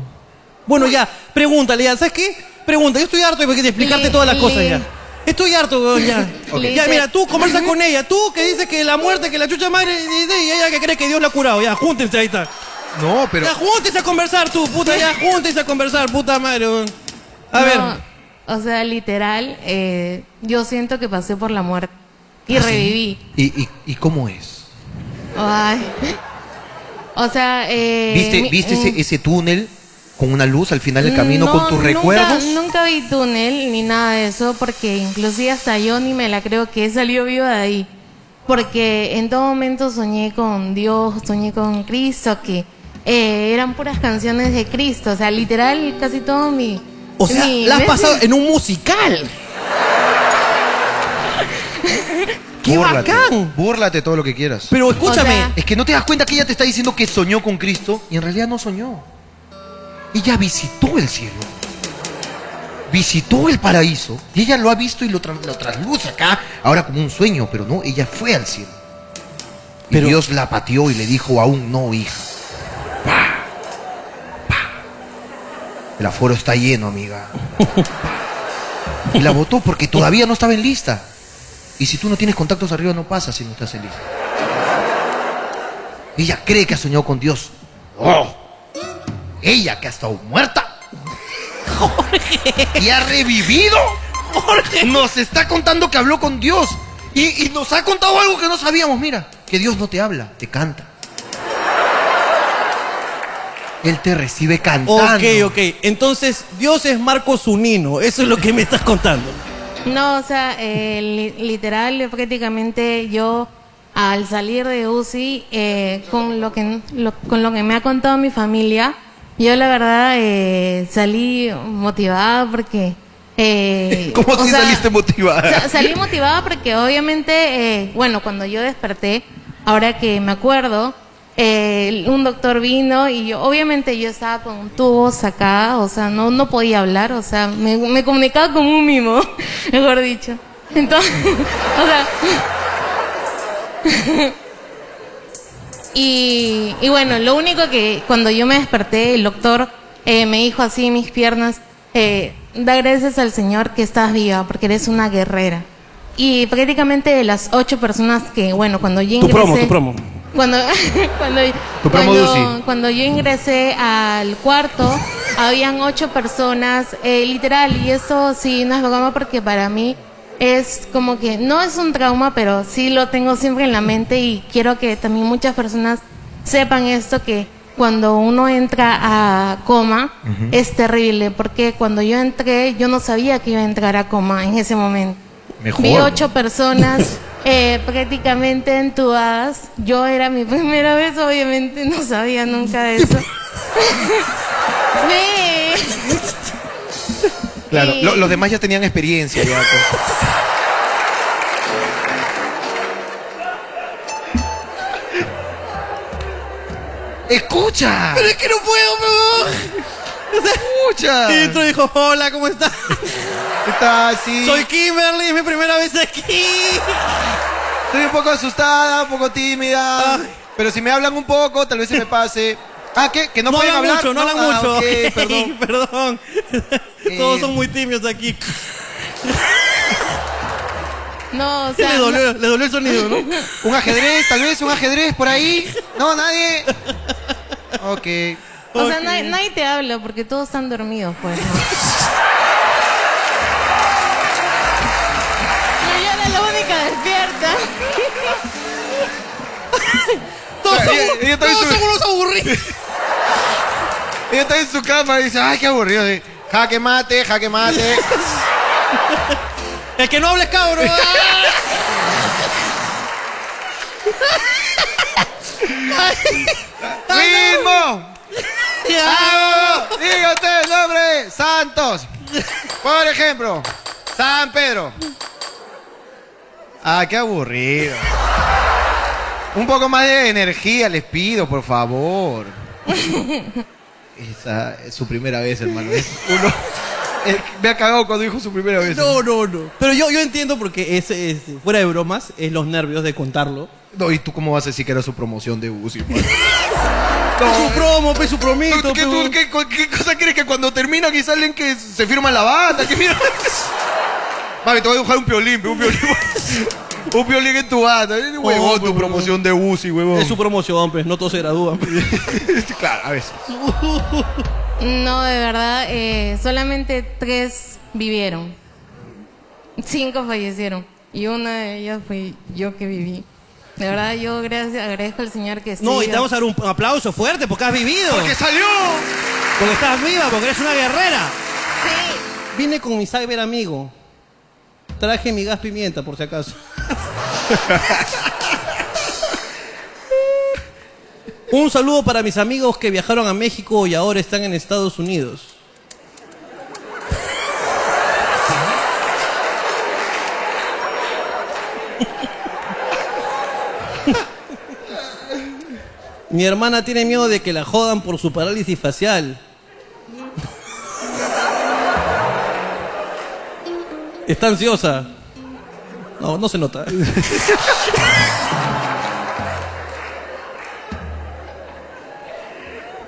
Bueno, ya, pregúntale, ya, ¿sabes qué? Pregunta, yo estoy harto de de explicarte Le- todas las cosas le- ya. Estoy harto, weón, ya. Ok. Le Ya, dice- mira, tú conversa con ella, tú que dices que la muerte, que la chucha madre, y y- y ella que cree que Dios la ha curado, ya, júntense, ahí está. No, pero. Ya, júntense a conversar tú, puta, ya, júntense a conversar, puta madre, weón. A ver, No, O sea, literal, eh, yo siento que pasé por la muerte. Y ¿Ah, reviví. ¿Y, y, y cómo es? Ay. O sea, eh, ¿Viste, mi- viste mm, ese, ese túnel con una luz al final del camino no, con tus nunca- recuerdos? Nunca vi túnel ni nada de eso porque inclusive hasta yo ni me la creo que he salido viva de ahí. Porque en todo momento soñé con Dios, soñé con Cristo, que eh, eran puras canciones de Cristo. O sea, literal, casi todo mi... o sea, mi- la has pasado en un musical. ¡Qué Búrlate, bacán! Búrlate todo lo que quieras. Pero escúchame, O sea, Es que no te das cuenta que ella te está diciendo que soñó con Cristo y en realidad no soñó. Ella visitó el cielo. Visitó el paraíso. Y ella lo ha visto y lo, tra- lo trasluce acá, ahora como un sueño, pero no, ella fue al cielo. Y Pero- Dios la pateó y le dijo, aún no, hija. Pa, pa. El aforo está lleno, amiga. Pa. Y la votó porque todavía no estaba en lista. Y si tú no tienes contactos arriba, no pasa si no estás en lista. Ella cree que ha soñado con Dios. ¡Oh! Ella que ha estado muerta. ¡Jorge! Y ha revivido. ¡Jorge! Nos está contando que habló con Dios. Y, y nos ha contado algo que no sabíamos. Mira, que Dios no te habla, te canta. Él te recibe cantando. Ok, ok. Entonces, Dios es Marco Zunino. Eso es lo que me estás contando. No, o sea, eh, li- literal, prácticamente yo al salir de UCI, eh, con, lo que, lo- con lo que me ha contado mi familia, yo la verdad eh, salí motivada porque... Eh, ¿Cómo o así sea, saliste motivada? sa- salí motivada porque obviamente, eh, bueno, cuando yo desperté, ahora que me acuerdo, eh, un doctor vino y yo, obviamente yo estaba con un tubo sacado, o sea, no, no podía hablar, o sea, me, me comunicaba como un mimo, mejor dicho. Entonces, o sea... Y, y bueno, lo único que cuando yo me desperté, el doctor eh, me dijo así en mis piernas, eh, da gracias al Señor que estás viva, porque eres una guerrera. Y prácticamente de las ocho personas que, bueno, cuando yo Tu ingresé... promo, tu promo. Cuando, cuando, Tu promo cuando- de UCI. cuando yo ingresé al cuarto, habían ocho personas, eh, literal, y eso sí, no es broma porque para mí es como que, no es un trauma, pero sí lo tengo siempre en la mente y quiero que también muchas personas sepan esto, que cuando uno entra a coma es terrible, porque cuando yo entré, yo no sabía que iba a entrar a coma en ese momento. Mejor. Vi ocho personas eh, prácticamente entubadas. Yo era mi primera vez, obviamente no sabía nunca de eso. Sí. Claro, Sí. lo- los demás ya tenían experiencia. ya, pues. ¡Escucha! Pero es que no puedo, weón. O sea, ¡Escucha! y dentro dijo, hola, ¿cómo estás? Está así. Soy Kimberly, es mi primera vez aquí. Estoy un poco asustada, un poco tímida. Ay. Pero si me hablan un poco, tal vez se me pase. Ah, ¿qué? ¿Que no, No, pueden hablan hablar? mucho, no, hablan Ah, mucho. ok, perdón. perdón. Todos son muy tímidos aquí. No, o sea, Le dolió, le dolió el sonido, ¿no? Un ajedrez, tal vez, un ajedrez por ahí. No, nadie. Ok. no- o sea, Ok. nadie, nadie te habla porque todos están dormidos, pues. ¿no? Pero yo era la única despierta. Todos son, Ella- ella también todos sube. son unos aburridos. Ella está en su cama y dice, ay, qué aburrido. Así, Jaque mate, jaque mate. El que no hables, cabrón. ¡Ritmo! ¡Bravo! Diga usted el nombre. Santos. Por ejemplo, San Pedro. Ah, qué aburrido. Un poco más de energía les pido, por favor. Esa es su primera vez, hermano. Es uno- es que me ha cagado cuando dijo su primera vez. No, no, no. Pero yo, yo entiendo porque es, es, fuera de bromas, es los nervios de contarlo. No, ¿y tú cómo vas a decir que era su promoción de UCI? hermano? su promo, pe, su promito. ¿Tú, qué, pe. tú, qué, cu- qué cosa crees que cuando terminan y salen que se firma la banda? ¿Qué mierda? Mami, te voy a dibujar un piolín, pe, un piolín. un piolín en tu banda. Eh, Huevón, tu huevón. promoción de UCI, huevón. Es su promoción, pues no todos se gradúan. pe. claro, a veces. No, de verdad, eh, solamente tres vivieron. Cinco fallecieron. Y una de ellas fui yo que viví. De verdad, yo gracias, agradezco al Señor que No, sí, y te vamos a dar un aplauso fuerte porque has vivido. ¡Porque salió! Porque estás viva, porque eres una guerrera. Sí. Vine con mi cyber amigo. Traje mi gas pimienta, por si acaso. Un saludo para mis amigos que viajaron a México y ahora están en Estados Unidos. Mi hermana tiene miedo de que la jodan por su parálisis facial. Está ansiosa. No, no se nota.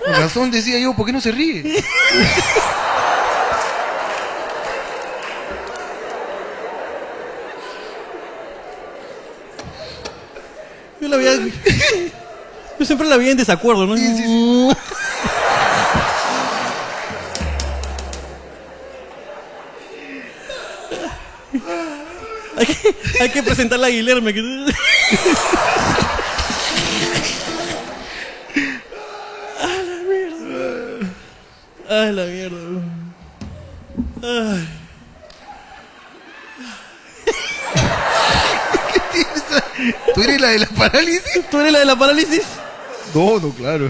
Con razón decía yo, ¿por qué no se ríe? Yo la veía. Yo siempre la vi en desacuerdo, ¿no? Sí, sí, Hay que, hay que presentarla a Guillermo. que- Ay, la mierda. Ay. ¿Tú eres la de la parálisis? ¿Tú eres la de la parálisis? No, no, claro.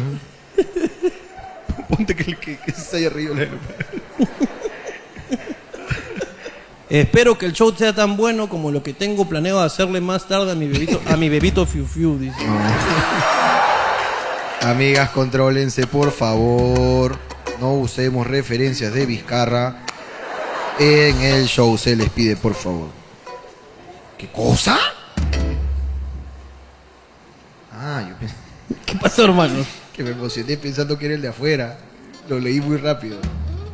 Ponte que, que, que se haya reído la de la parálisis. Espero que el show sea tan bueno como lo que tengo planeado hacerle más tarde a mi bebito, a mi bebito Fiu Fiu, dice. Amigas, contrólense, por favor. No usemos referencias de Vizcarra en el show. Se les pide, por favor. ¿Qué cosa? Ah, yo pensé ¿Qué pasó, hermano? que me emocioné pensando que era el de afuera. Lo leí muy rápido.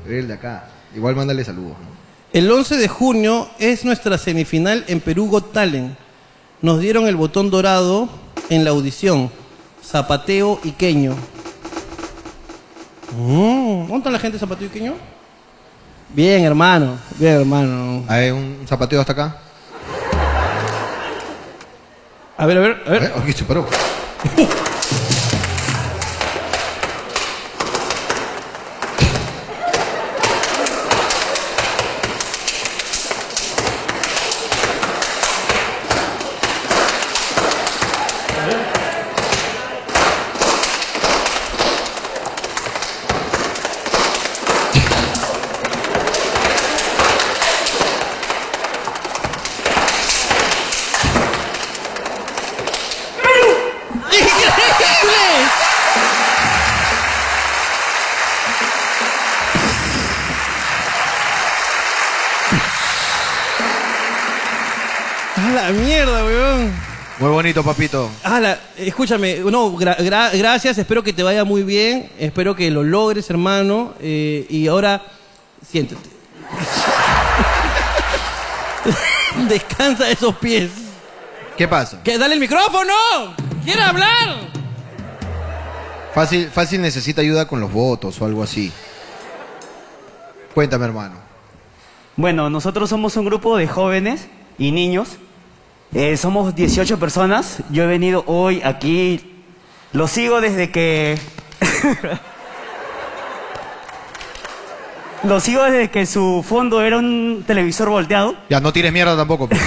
Era el de acá. Igual mándale saludos. ¿no? El 11 de junio es nuestra semifinal en Perú Got Talent. Nos dieron el botón dorado en la audición. Zapateo y Queño. Mm, ¿Dónde está la gente de Zapateo y Queño? Bien, hermano. Bien, hermano. A ver, un zapateo hasta acá. A ver, a ver, a A oh, ver. ver, aquí se paró. la mierda, weón. Muy bonito, papito. Ala, Ah, escúchame, no, gra- gra- gracias, espero que te vaya muy bien, espero que lo logres, hermano, eh, y ahora siéntate. Descansa esos pies. ¿Qué pasa? ¡Que dale el micrófono! ¡Quiere hablar! Fácil, fácil necesita ayuda con los votos o algo así. Cuéntame, hermano. Bueno, nosotros somos un grupo de jóvenes y niños. Eh, somos 18 personas. Yo he venido hoy aquí. Lo sigo desde que. Lo sigo desde que su fondo era un televisor volteado. Ya, no tires mierda tampoco. pues.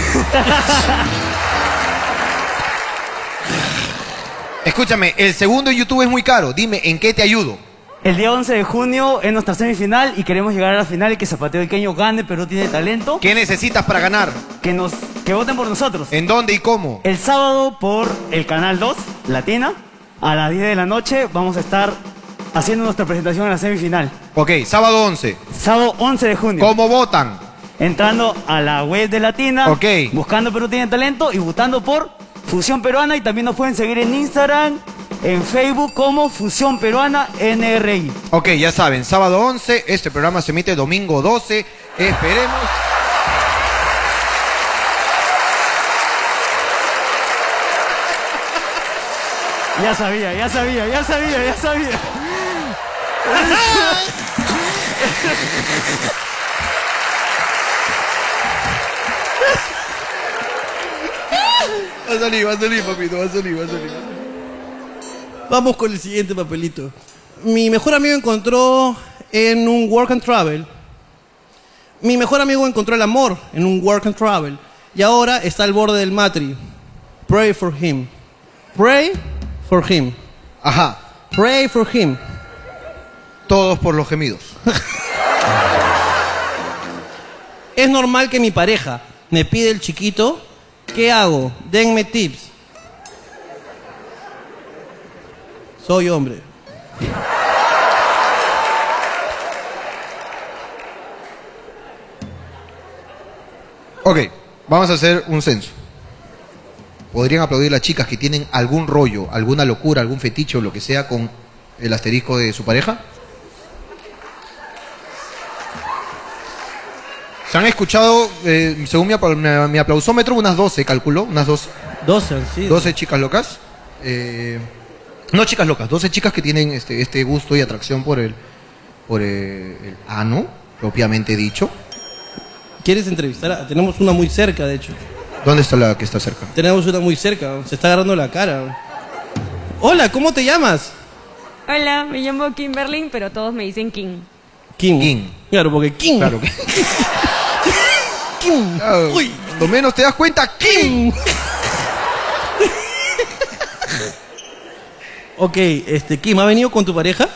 Escúchame, el segundo en YouTube es muy caro. Dime, ¿en qué te ayudo? El día 11 de junio es nuestra semifinal y queremos llegar a la final y que Zapateo Iqueño gane, pero tiene talento. ¿Qué necesitas para ganar? Que nos que voten por nosotros. ¿En dónde y cómo? El sábado por el canal 2 Latina a las 10 de la noche vamos a estar haciendo nuestra presentación en la semifinal. Ok, sábado 11. Sábado 11 de junio. ¿Cómo votan? Entrando a la web de Latina, Ok. buscando Perú tiene talento y votando por Fusión Peruana y también nos pueden seguir en Instagram, en Facebook como Fusión Peruana NRI. Ok, ya saben, sábado 11, este programa se emite domingo 12, esperemos. Ya sabía, ya sabía, ya sabía, ya sabía. Va a salir, va a salir, papito, va a salir, va a salir. Vamos con el siguiente papelito. Mi mejor amigo encontró en un work and travel. Mi mejor amigo encontró el amor en un work and travel. Y ahora está al borde del matri. Pray for him. Pray for him. Ajá, Pray for him. todos por los gemidos. Es normal que mi pareja me pide el chiquito. ¿Qué hago? Denme tips. Soy hombre. Ok, vamos a hacer un censo. Podrían aplaudir las chicas que tienen algún rollo, alguna locura, algún fetiche o lo que sea con el asterisco de su pareja. Se han escuchado, eh, según mi, apla- mi- mi aplausómetro, unas 12, calculó, unas 12, 12, sí. 12 chicas locas. Eh, no chicas locas, 12 chicas que tienen este, este gusto y atracción por el, por eh, el ano, propiamente dicho. ¿Quieres entrevistar? a- Tenemos una muy cerca, de hecho. ¿Dónde está la que está cerca? Tenemos una muy cerca, se está agarrando la cara. Hola, ¿cómo te llamas? Hola, me llamo Kimberly, pero todos me dicen King. Kim. Kim. Claro, porque Kim. Claro que. Kim. Claro. Uy. Lo menos te das cuenta, Kim. Ok, este, Kim, ¿ha venido con tu pareja?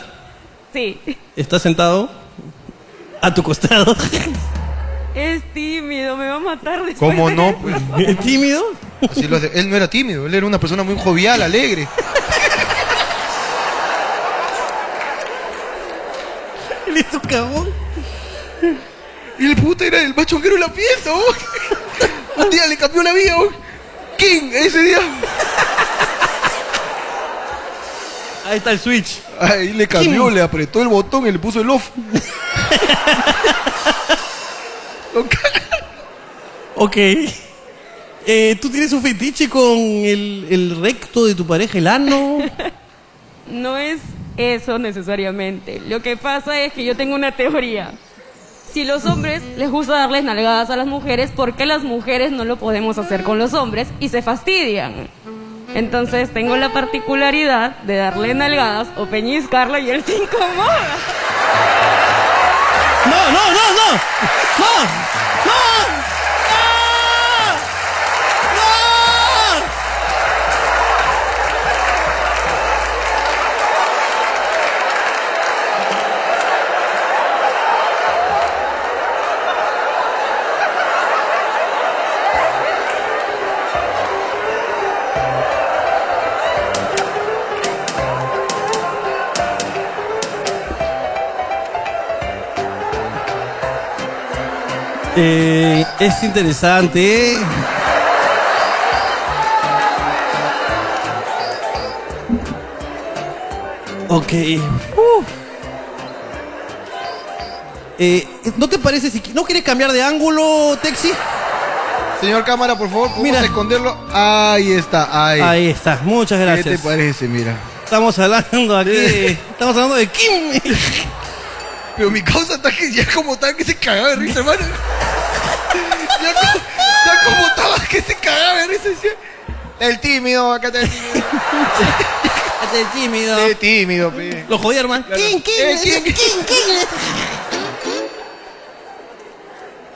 Sí, ¿Está sentado? A tu costado. es tímido, me va a matar después. ¿Cómo de no? esto. pues? ¿Es tímido? Así lo hace. Él no era tímido, él era una persona muy jovial, alegre. Él es un cagón. Y el puta era el machonquero de la fiesta, ¿no? Un día le cambió la vida, ¿no? Kim, ese día. Ahí está el switch. Ahí le cambió, Kim. le apretó el botón y le puso el off. Lo ca- Ok. Eh, ¿Tú tienes un fetiche con el, el recto de tu pareja, el ano? No es eso necesariamente. Lo que pasa es que yo tengo una teoría. Si los hombres les gusta darles nalgadas a las mujeres, ¿por qué las mujeres no lo podemos hacer con los hombres y se fastidian? Entonces tengo la particularidad de darle nalgadas o peñizcarlo y él se incomoda. No, no, no, no. No. No. No. No. Eh, es interesante. ¿eh? Ok. Eh, ¿No te parece si... ¿No quieres cambiar de ángulo, Texi? Señor cámara, por favor, vamos Mira. a esconderlo. Ahí está, ahí. Ahí está, muchas gracias. ¿Qué te parece? Mira. Estamos hablando aquí... estamos hablando de Kim. Pero mi causa está que ya como estaba que se cagaba de risa, hermano. Ya, co- ya como estaba que se cagaba de risa. decía, El tímido, acá está el tímido. Este es tímido. Qué tímido, pe. Lo jodí, hermano. King, king, king,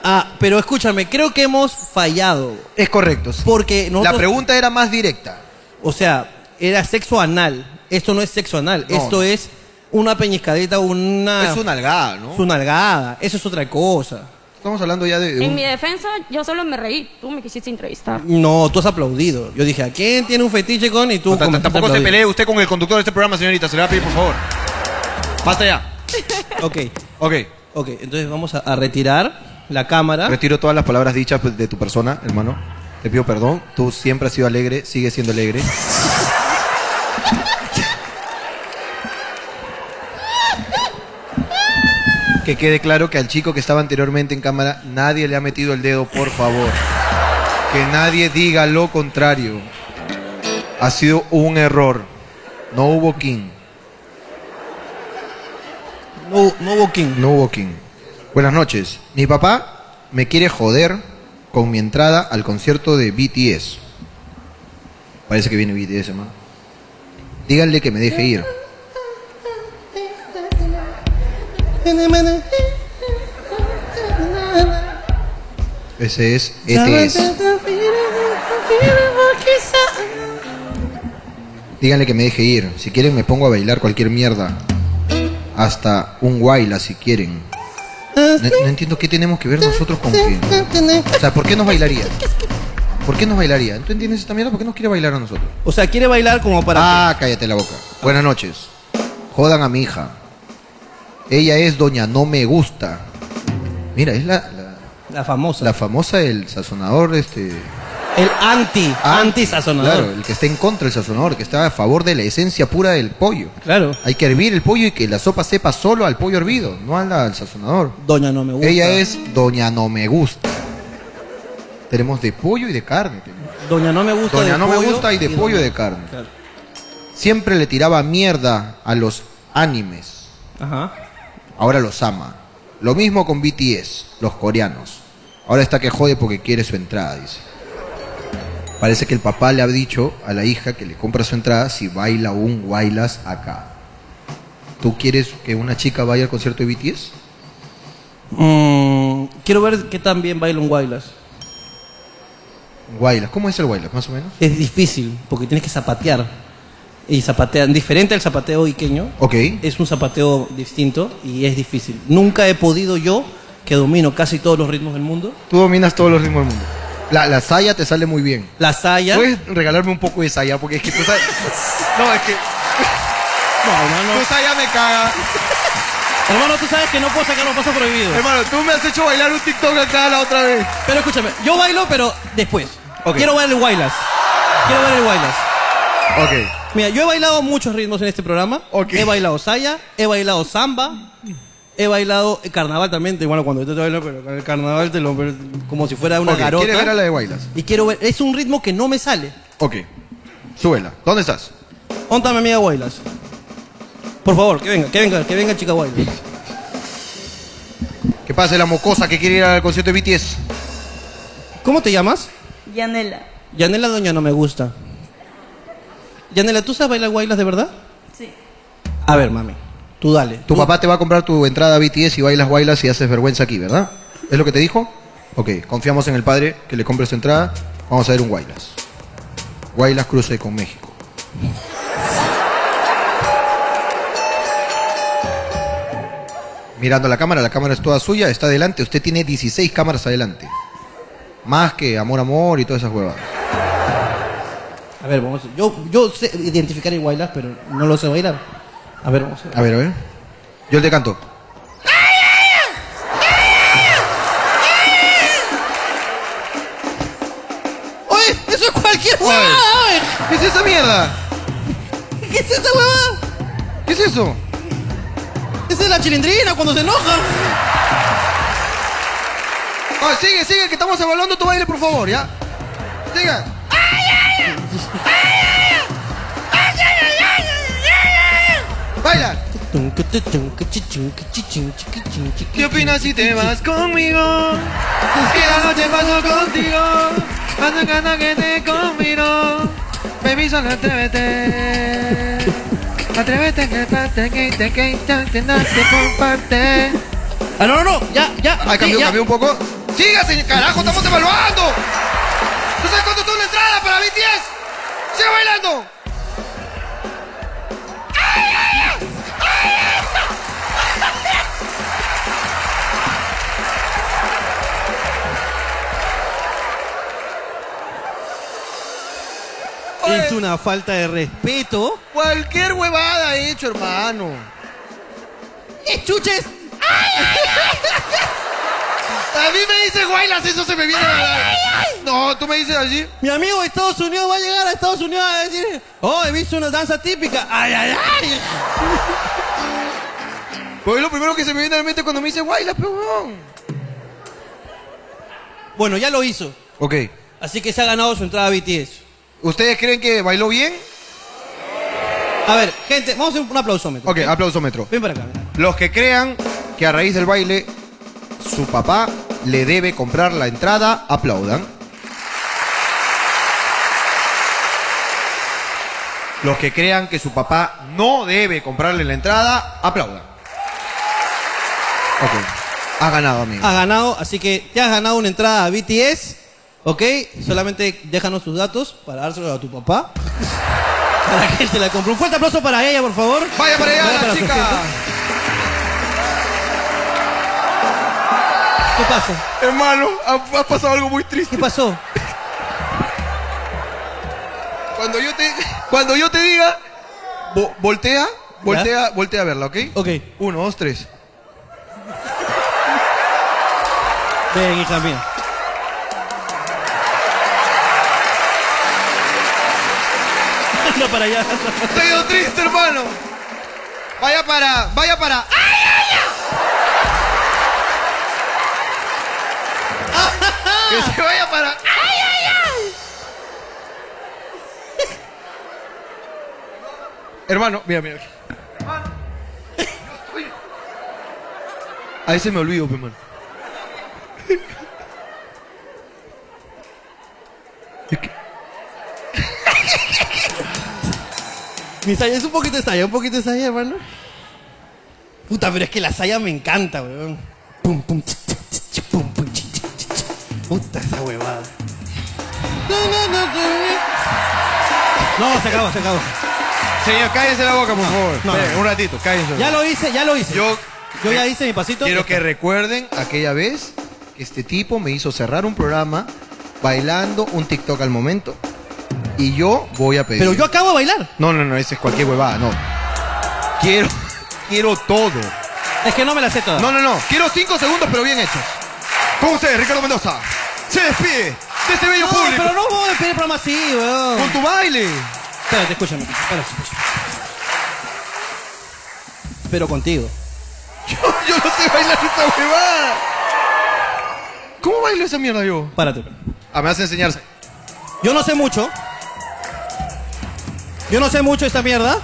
Ah, pero escúchame, creo que hemos fallado. Es correcto. Porque nosotros- La pregunta era más directa. O sea, era sexo anal. Esto no es sexo anal. No, Esto no. es una peñiscadita, una... Es una algada, ¿no? Es una algada. Eso es otra cosa. Estamos hablando ya de. de En un- mi defensa, yo solo me reí. Tú me quisiste entrevistar. No, tú has aplaudido. Yo dije, ¿a quién tiene un fetiche con? Y tú... No, t- comenzaste a tampoco se aplaudir. pelee usted con el conductor de este programa, señorita. Se le va a pedir, por favor. Basta ya. Ok, Ok. ok. Entonces vamos a, a retirar la cámara. Retiro todas las palabras dichas pues, de tu persona, hermano. Te pido perdón. Tú siempre has sido alegre, sigues siendo alegre. que quede claro que al chico que estaba anteriormente en cámara nadie le ha metido el dedo, por favor. Que nadie diga lo contrario. Ha sido un error. No hubo king. No, no hubo king. No hubo king. Buenas noches. Mi papá me quiere joder con mi entrada al concierto de BTS. Parece que viene BTS, hermano. Díganle que me deje ir. Ese es E ETS. Díganle que me deje ir. Si quieren me pongo a bailar cualquier mierda. Hasta un guayla si quieren. No, no entiendo qué tenemos que ver nosotros con qué. O sea, ¿por qué nos bailaría? ¿Por qué nos bailaría? ¿Tú entiendes esta mierda? ¿Por qué nos quiere bailar a nosotros? O sea, quiere bailar como para... Ah, cállate la boca. Buenas noches. Jodan a mi hija. Ella es doña no me gusta. Mira, es la, la, la famosa. la famosa del sazonador, este... El anti, anti-sazonador. Ah, Claro, el que está en contra del sazonador, que está a favor de la esencia pura del pollo. Claro. Hay que hervir el pollo y que la sopa sepa solo al pollo hervido, no al, al sazonador. Doña no me gusta. Ella es Doña No Me Gusta. Tenemos de pollo y de carne. tenemos. Doña no me gusta. Doña de No Me pollo Gusta y de pollo y de carne. Claro. Siempre le tiraba mierda a los animes. Ajá. Ahora los ama. Lo mismo con BTS, los coreanos. Ahora está que jode porque quiere su entrada, dice. Parece que el papá le ha dicho a la hija que le compra su entrada si baila un guaylas acá. ¿Tú quieres que una chica vaya al concierto de BTS? Mm, quiero ver qué tan bien baila un guaylas. Guaylas. ¿Cómo es el guaylas, más o menos? Es difícil porque tienes que zapatear. Y zapatean. Diferente al zapateo iqueño. Ok. Es un zapateo distinto y es difícil. Nunca he podido yo, que domino casi todos los ritmos del mundo, Tú dominas todos los ritmos del mundo. La, la saya te sale muy bien. la saya. ¿Puedes regalarme un poco de saya? Porque es que tú sabes... No, es que No, hermano. tu saya me caga. Hermano, tú sabes que no puedo sacar los pasos prohibidos. Hermano, tú me has hecho bailar un TikTok acá la otra vez. Pero escúchame, yo bailo, pero después. Ok. Quiero ver el guaylas. Quiero ver el guaylas. Ok. Mira, yo he bailado muchos ritmos en este programa. Ok. He bailado saya, he bailado samba, he bailado carnaval también. te- Bueno, cuando yo te bailo, pero con el carnaval te lo como si fuera una Ok, garota. ¿Quieres ver a la de bailas? Y quiero ver, es un ritmo que no me sale. Ok. Súbela. ¿Dónde estás? Contame, amiga Guaylas. Por favor, que venga, que venga, que venga, chica Guaylas. ¿Qué pasa? La mocosa que quiere ir al concierto de BTS. ¿Cómo te llamas? Yanela. Yanela Doña no me gusta. Yanela, ¿tú sabes bailar Guaylas de verdad? Sí. A ver, mami, tú dale. Tu papá te va a comprar tu entrada a BTS y bailas, bailas y haces vergüenza aquí, ¿verdad? ¿Es lo que te dijo? Ok, confiamos en el padre que le compre su entrada. Vamos a ver un Guaylas. Guaylas cruce con México. Mirando la cámara, la cámara es toda suya, está adelante. Usted tiene 16 cámaras adelante. Más que amor, amor y todas esas huevas. A ver, vamos. Yo, yo sé identificar el Guaylas, pero no lo sé bailar. A ver, vamos a ver. A ver, a ver. Yo te canto. ¡Oye! ¡Eso es cualquier huevada! oye! ¿Qué es esa mierda? ¿Qué es esa huevada? ¿Qué ¿Qué es eso? Esa es la chilindrina cuando se enoja. Ah, sigue, sigue, que estamos evaluando tu baile, por favor, ¿ya? Siga. Baila. ¿Qué opinas si te vas conmigo? Que la noche paso contigo. Cuando gana que te combino. Baby, solo atrévete. Atrévete que parte que te que te nace comparte. Ah, no, no, no, ya, ya. Ah, cambió, cambió un poco. ¡Siga, señor! ¡Carajo, estamos evaluando! ¿Tú sabes cuánto es una entrada para BTS? ¡Sigue bailando! Es una falta de respeto. Cualquier huevada he hecho, hermano. ¡Eh, chuches! A mí me dice guaylas, eso se me viene a la... No, tú me dices así. Mi amigo de Estados Unidos va a llegar a Estados Unidos a decir, oh, he visto una danza típica. ¡Ay, ay, ay! Pues es lo primero que se me viene a la mente cuando me dice guaylas, peón. Bueno, ya lo hizo. Ok. Así que se ha ganado su entrada a BTS. ¿Ustedes creen que bailó bien? A ver, gente, vamos a hacer un aplausómetro. Ok, aplausómetro. Ven para acá. ven. Los que crean que a raíz del baile su papá le debe comprar la entrada, aplaudan. Los que crean que su papá no debe comprarle la entrada, aplaudan. Ok. Ha ganado, amigo. Has ganado, así que te has ganado una entrada a BTS, ¿ok? Solamente déjanos tus datos para dárselo a tu papá. Para que se la compre. Un fuerte aplauso para ella, por favor. Vaya para allá, la su chica. gente. ¿Qué pasa? Hermano, ha, ha pasado algo muy triste. ¿Qué pasó? Cuando yo te, cuando yo te diga, vo- voltea, voltea, voltea a verla, ¿ok? Ok. Uno, dos, tres. Ven, hija mía. Anda para allá. Estoy todo triste, hermano. Vaya para, vaya para. ¡Ay, ay, ay! que se vaya para. ¡Ay, ay, ay! hermano, mira, mira. Hermano, yo estoy- A veces me olvido, mi hermano. Mi saya es un poquito de saya, un poquito de saya, hermano. Puta, pero es que la saya me encanta, weón. Pum, pum, ch, ch, ch, ch, pum, pum, ch, ch, ch, ch. Puta esa huevada. No, no, no, no. No, se acabó, se acabó. Señor, cállense la boca, por favor. no, Esperen, no. Un ratito, cállense. Ya lo hice, ya lo hice. Yo Yo ya hice mi pasito. Quiero que recuerden aquella vez que este tipo me hizo cerrar un programa bailando un TikTok al momento. Y yo voy a pedir. Pero yo acabo de bailar. No, no, no, esa es cualquier huevada, no. Quiero, quiero todo. Es que no me la sé toda. No, no, no. Quiero cinco segundos, pero bien hechos. Con ustedes, Ricardo Mendoza. Se despide de este bello No, público. pero no voy a pedir programa así, weón. Con tu baile. Espérate, escúchame, espérate, escúchame. Pero contigo. Yo, yo no sé bailar esta huevada. ¿Cómo bailo esa mierda yo? Párate. Ah, me hace enseñarse. Yo no sé mucho. Yo no sé mucho esta mierda.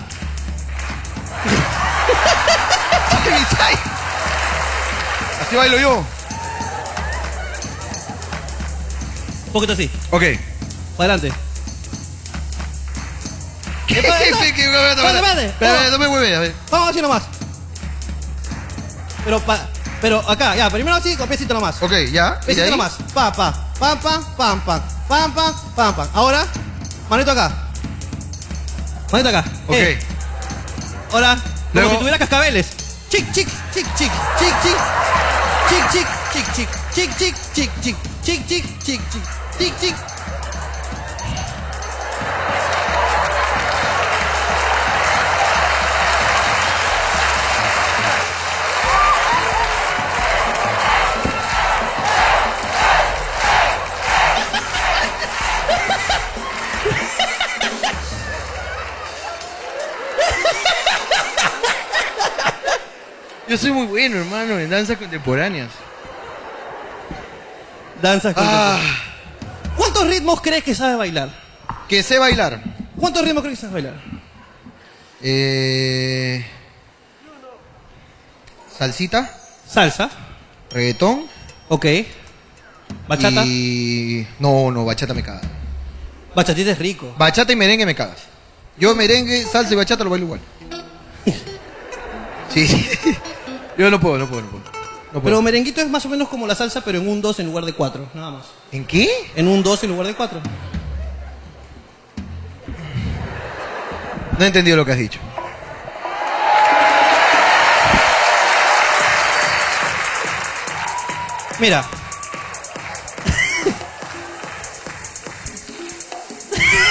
Así bailo yo. Un poquito así. Ok. Para adelante. ¿Qué pasa? Sí, que- Espérate, espérate. espérate, No me mueve, a ver. Vamos así nomás. Pero pa, pero acá, ya, primero así con piecito nomás. Ok, ya. ¿y de Piecito ahí? nomás. Pa, pa, pam, pam, pam, pam, pam, pam, pam, pam. Ahora, manito acá. Manito acá. Ok. Eh, ahora, como Luego- si tuviera cascabeles. Chic, chic, chic, chic, chic, chic. Chic, chic, chic, chic, chic, chic, chic, chic, chic, chic, chic, chic, chic, chic. yo soy muy bueno, hermano, en danzas contemporáneas. Danzas Ah. contemporáneas. ¿Cuántos ritmos crees que sabes bailar? Que sé bailar. ¿Cuántos ritmos crees que sabes bailar? Eh, salsita. Salsa. Reggaetón. Ok. ¿Bachata? Y... No, no, bachata me caga. Bachatita es rico. Bachata y merengue me cagas. Yo merengue, salsa y bachata lo bailo igual. Sí, sí. Yo no puedo, no puedo, no puedo. No puedo. Pero merenguito es más o menos como la salsa, pero en un 2 en lugar de 4, nada más. ¿En qué? En un 2 en lugar de 4. No he entendido lo que has dicho. Mira.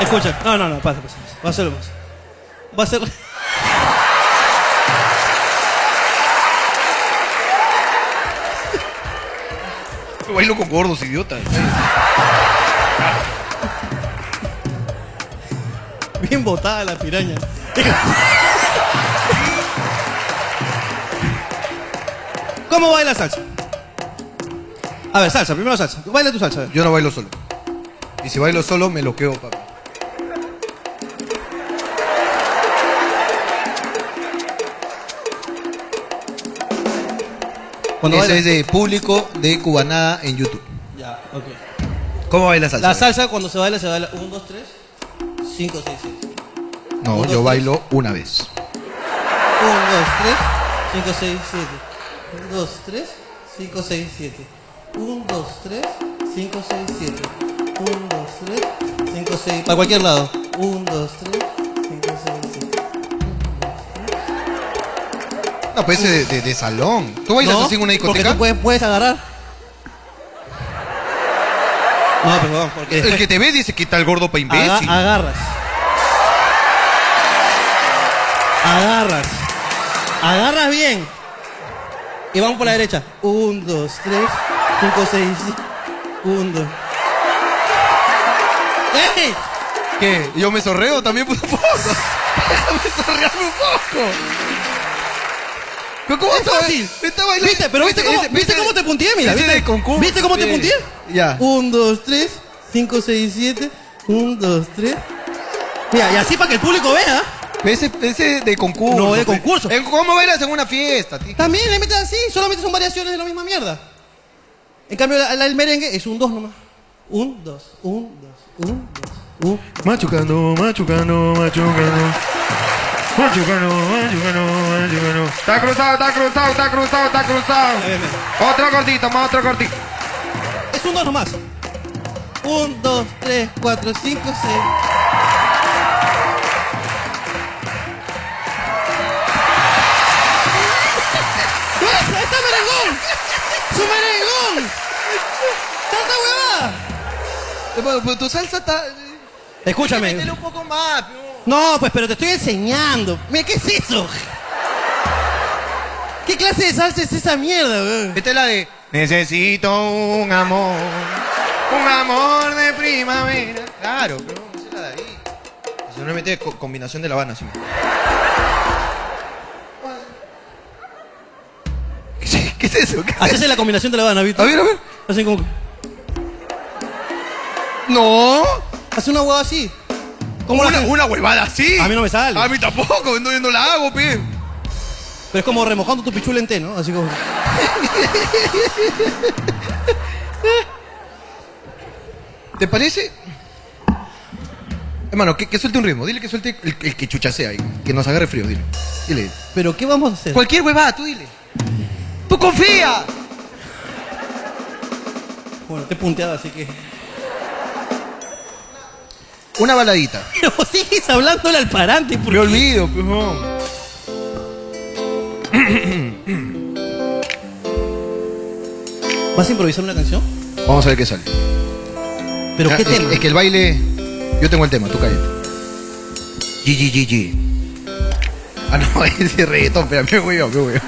Escucha, no, no, no, pasa, pasa. pasa. Va a ser, va a ser. Yo bailo con gordos, idiotas. Bien botada la piraña. ¿Cómo baila salsa? A ver, salsa, primero salsa. Baila tu salsa. a ver. Yo no bailo solo. Y si bailo solo, me loqueo, papá. Cuando Eso baila- es de público de Cubanada en YouTube. Ya, ok. ¿Cómo baila salsa? La salsa cuando se baila, se baila 1, 2, 3, 5, 6, 7. 1, 2, No, yo bailo una vez. 3, 5, 6, 7. 1, 2, 3, 5, 6, 7. 1, 2, 3, 5, 6, 7. 1, 2, 3, 5, 6. Para cualquier lado. 1, 2, 3, 5, 6, 7. No, pues ese de, de- de salón. ¿Tú bailas así en una Porque discoteca? tú puedes, puedes agarrar. No, perdón, porque El después que te ve dice que está el gordo pa' Eh, imbécil. aga- agarras. Agarras. Agarras bien. Y vamos por la derecha. 1, 2, 3, 5, 6, 1, 2. ¡Ey! ¿Qué? ¿Yo me sorreo también por un poco? Déjame sorrearme un poco. ¿Pero cómo Es está- fácil. Está bailando. ¿Viste? Pero ¿viste Ese- cómo, ese- ¿viste ese- cómo te punteé? Mira, ese ¿viste? de concurso. ¿Viste cómo te Sí. punteé? Ya. 1, 2, 3, 5, 6, 7. 1, 2, 3. Mira, y así para que el público vea. Ese, ese de concurso. No, de pues. concurso. Eh, ¿Cómo bailas en una fiesta? tío? También le meten así, solamente son variaciones de la misma mierda. En cambio, la, la del merengue es un 2 nomás. Un, dos, un, dos, un, dos, un. Machucando, machucando, machucando. Machucando, machucando, machucando. Está cruzado, está cruzado, está cruzado, está cruzado. Otro cortito, más otro cortito. Es un 2 nomás. Un, dos, tres, cuatro, cinco, seis. ¡Eso! ¡Está merengón! ¡Su merengón! ¡Tanta huevada! Pero, pero Eh, pues tu salsa está. eh, Escúchame. Métele un poco más, pero- No, pues, pero te estoy enseñando. Mira, ¿qué es eso? ¿Qué clase de salsa es esa mierda, weón? Esta es la de Necesito un amor, un amor de primavera. Claro, pero no se la daría. Si no le metes co- combinación de La Habana, sí. ¿Qué, qué es eso? ¿Qué es eso? Hacese la combinación de la habana, ¿viste? A ver, a ver. Hacen como... No. Hace una huevada así. ¿Cómo la Una, hacen? una huevada así. A mí no me sale. A mí tampoco, no, yo no la hago, pe. Pero es como remojando tu pichula en té, ¿no? Así como... ¿Te parece? Hermano, que, que suelte un ritmo. Dile que suelte el, el que chucha sea ahí. Que nos agarre frío, dile. Dile. ¿Pero qué vamos a hacer? Cualquier huevada, tú dile. ¡Tú confía! Bueno, te he punteado, así que... Una baladita. Pero vos sigues hablándole al parante, ¿por Me qué? olvido, pejón. ¿Vas a improvisar una canción? Vamos a ver qué sale. ¿Pero Ah, qué es- tema? Es que el baile. Yo tengo el tema, tú cállate. GG, GG. Ah, no, ese es reggaetón, pero me voy me voy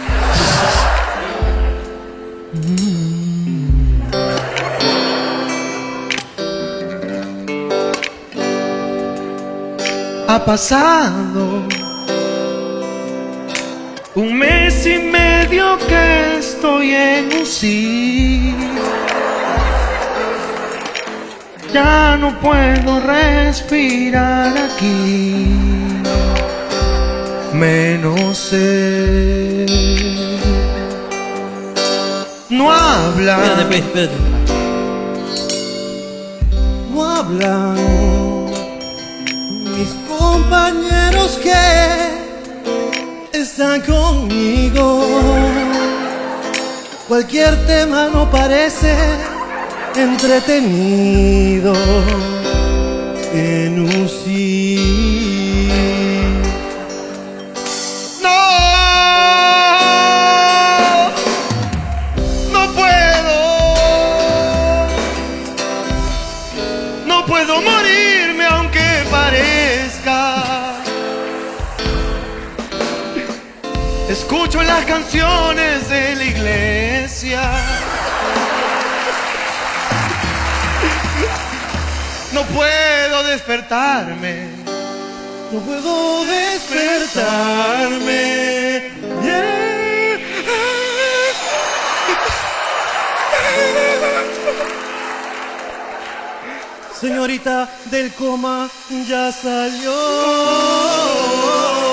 ha pasado un mes y medio que estoy en UCI. Ya no puedo respirar aquí. Menos sé. No habla. No hablan mis compañeros que están conmigo. Cualquier tema no parece entretenido en UCI. No, no puedo, no puedo morirme aunque parezca. Escucho las canciones de la iglesia. No puedo despertarme. No puedo despertarme. Yeah. Señorita del coma ya salió.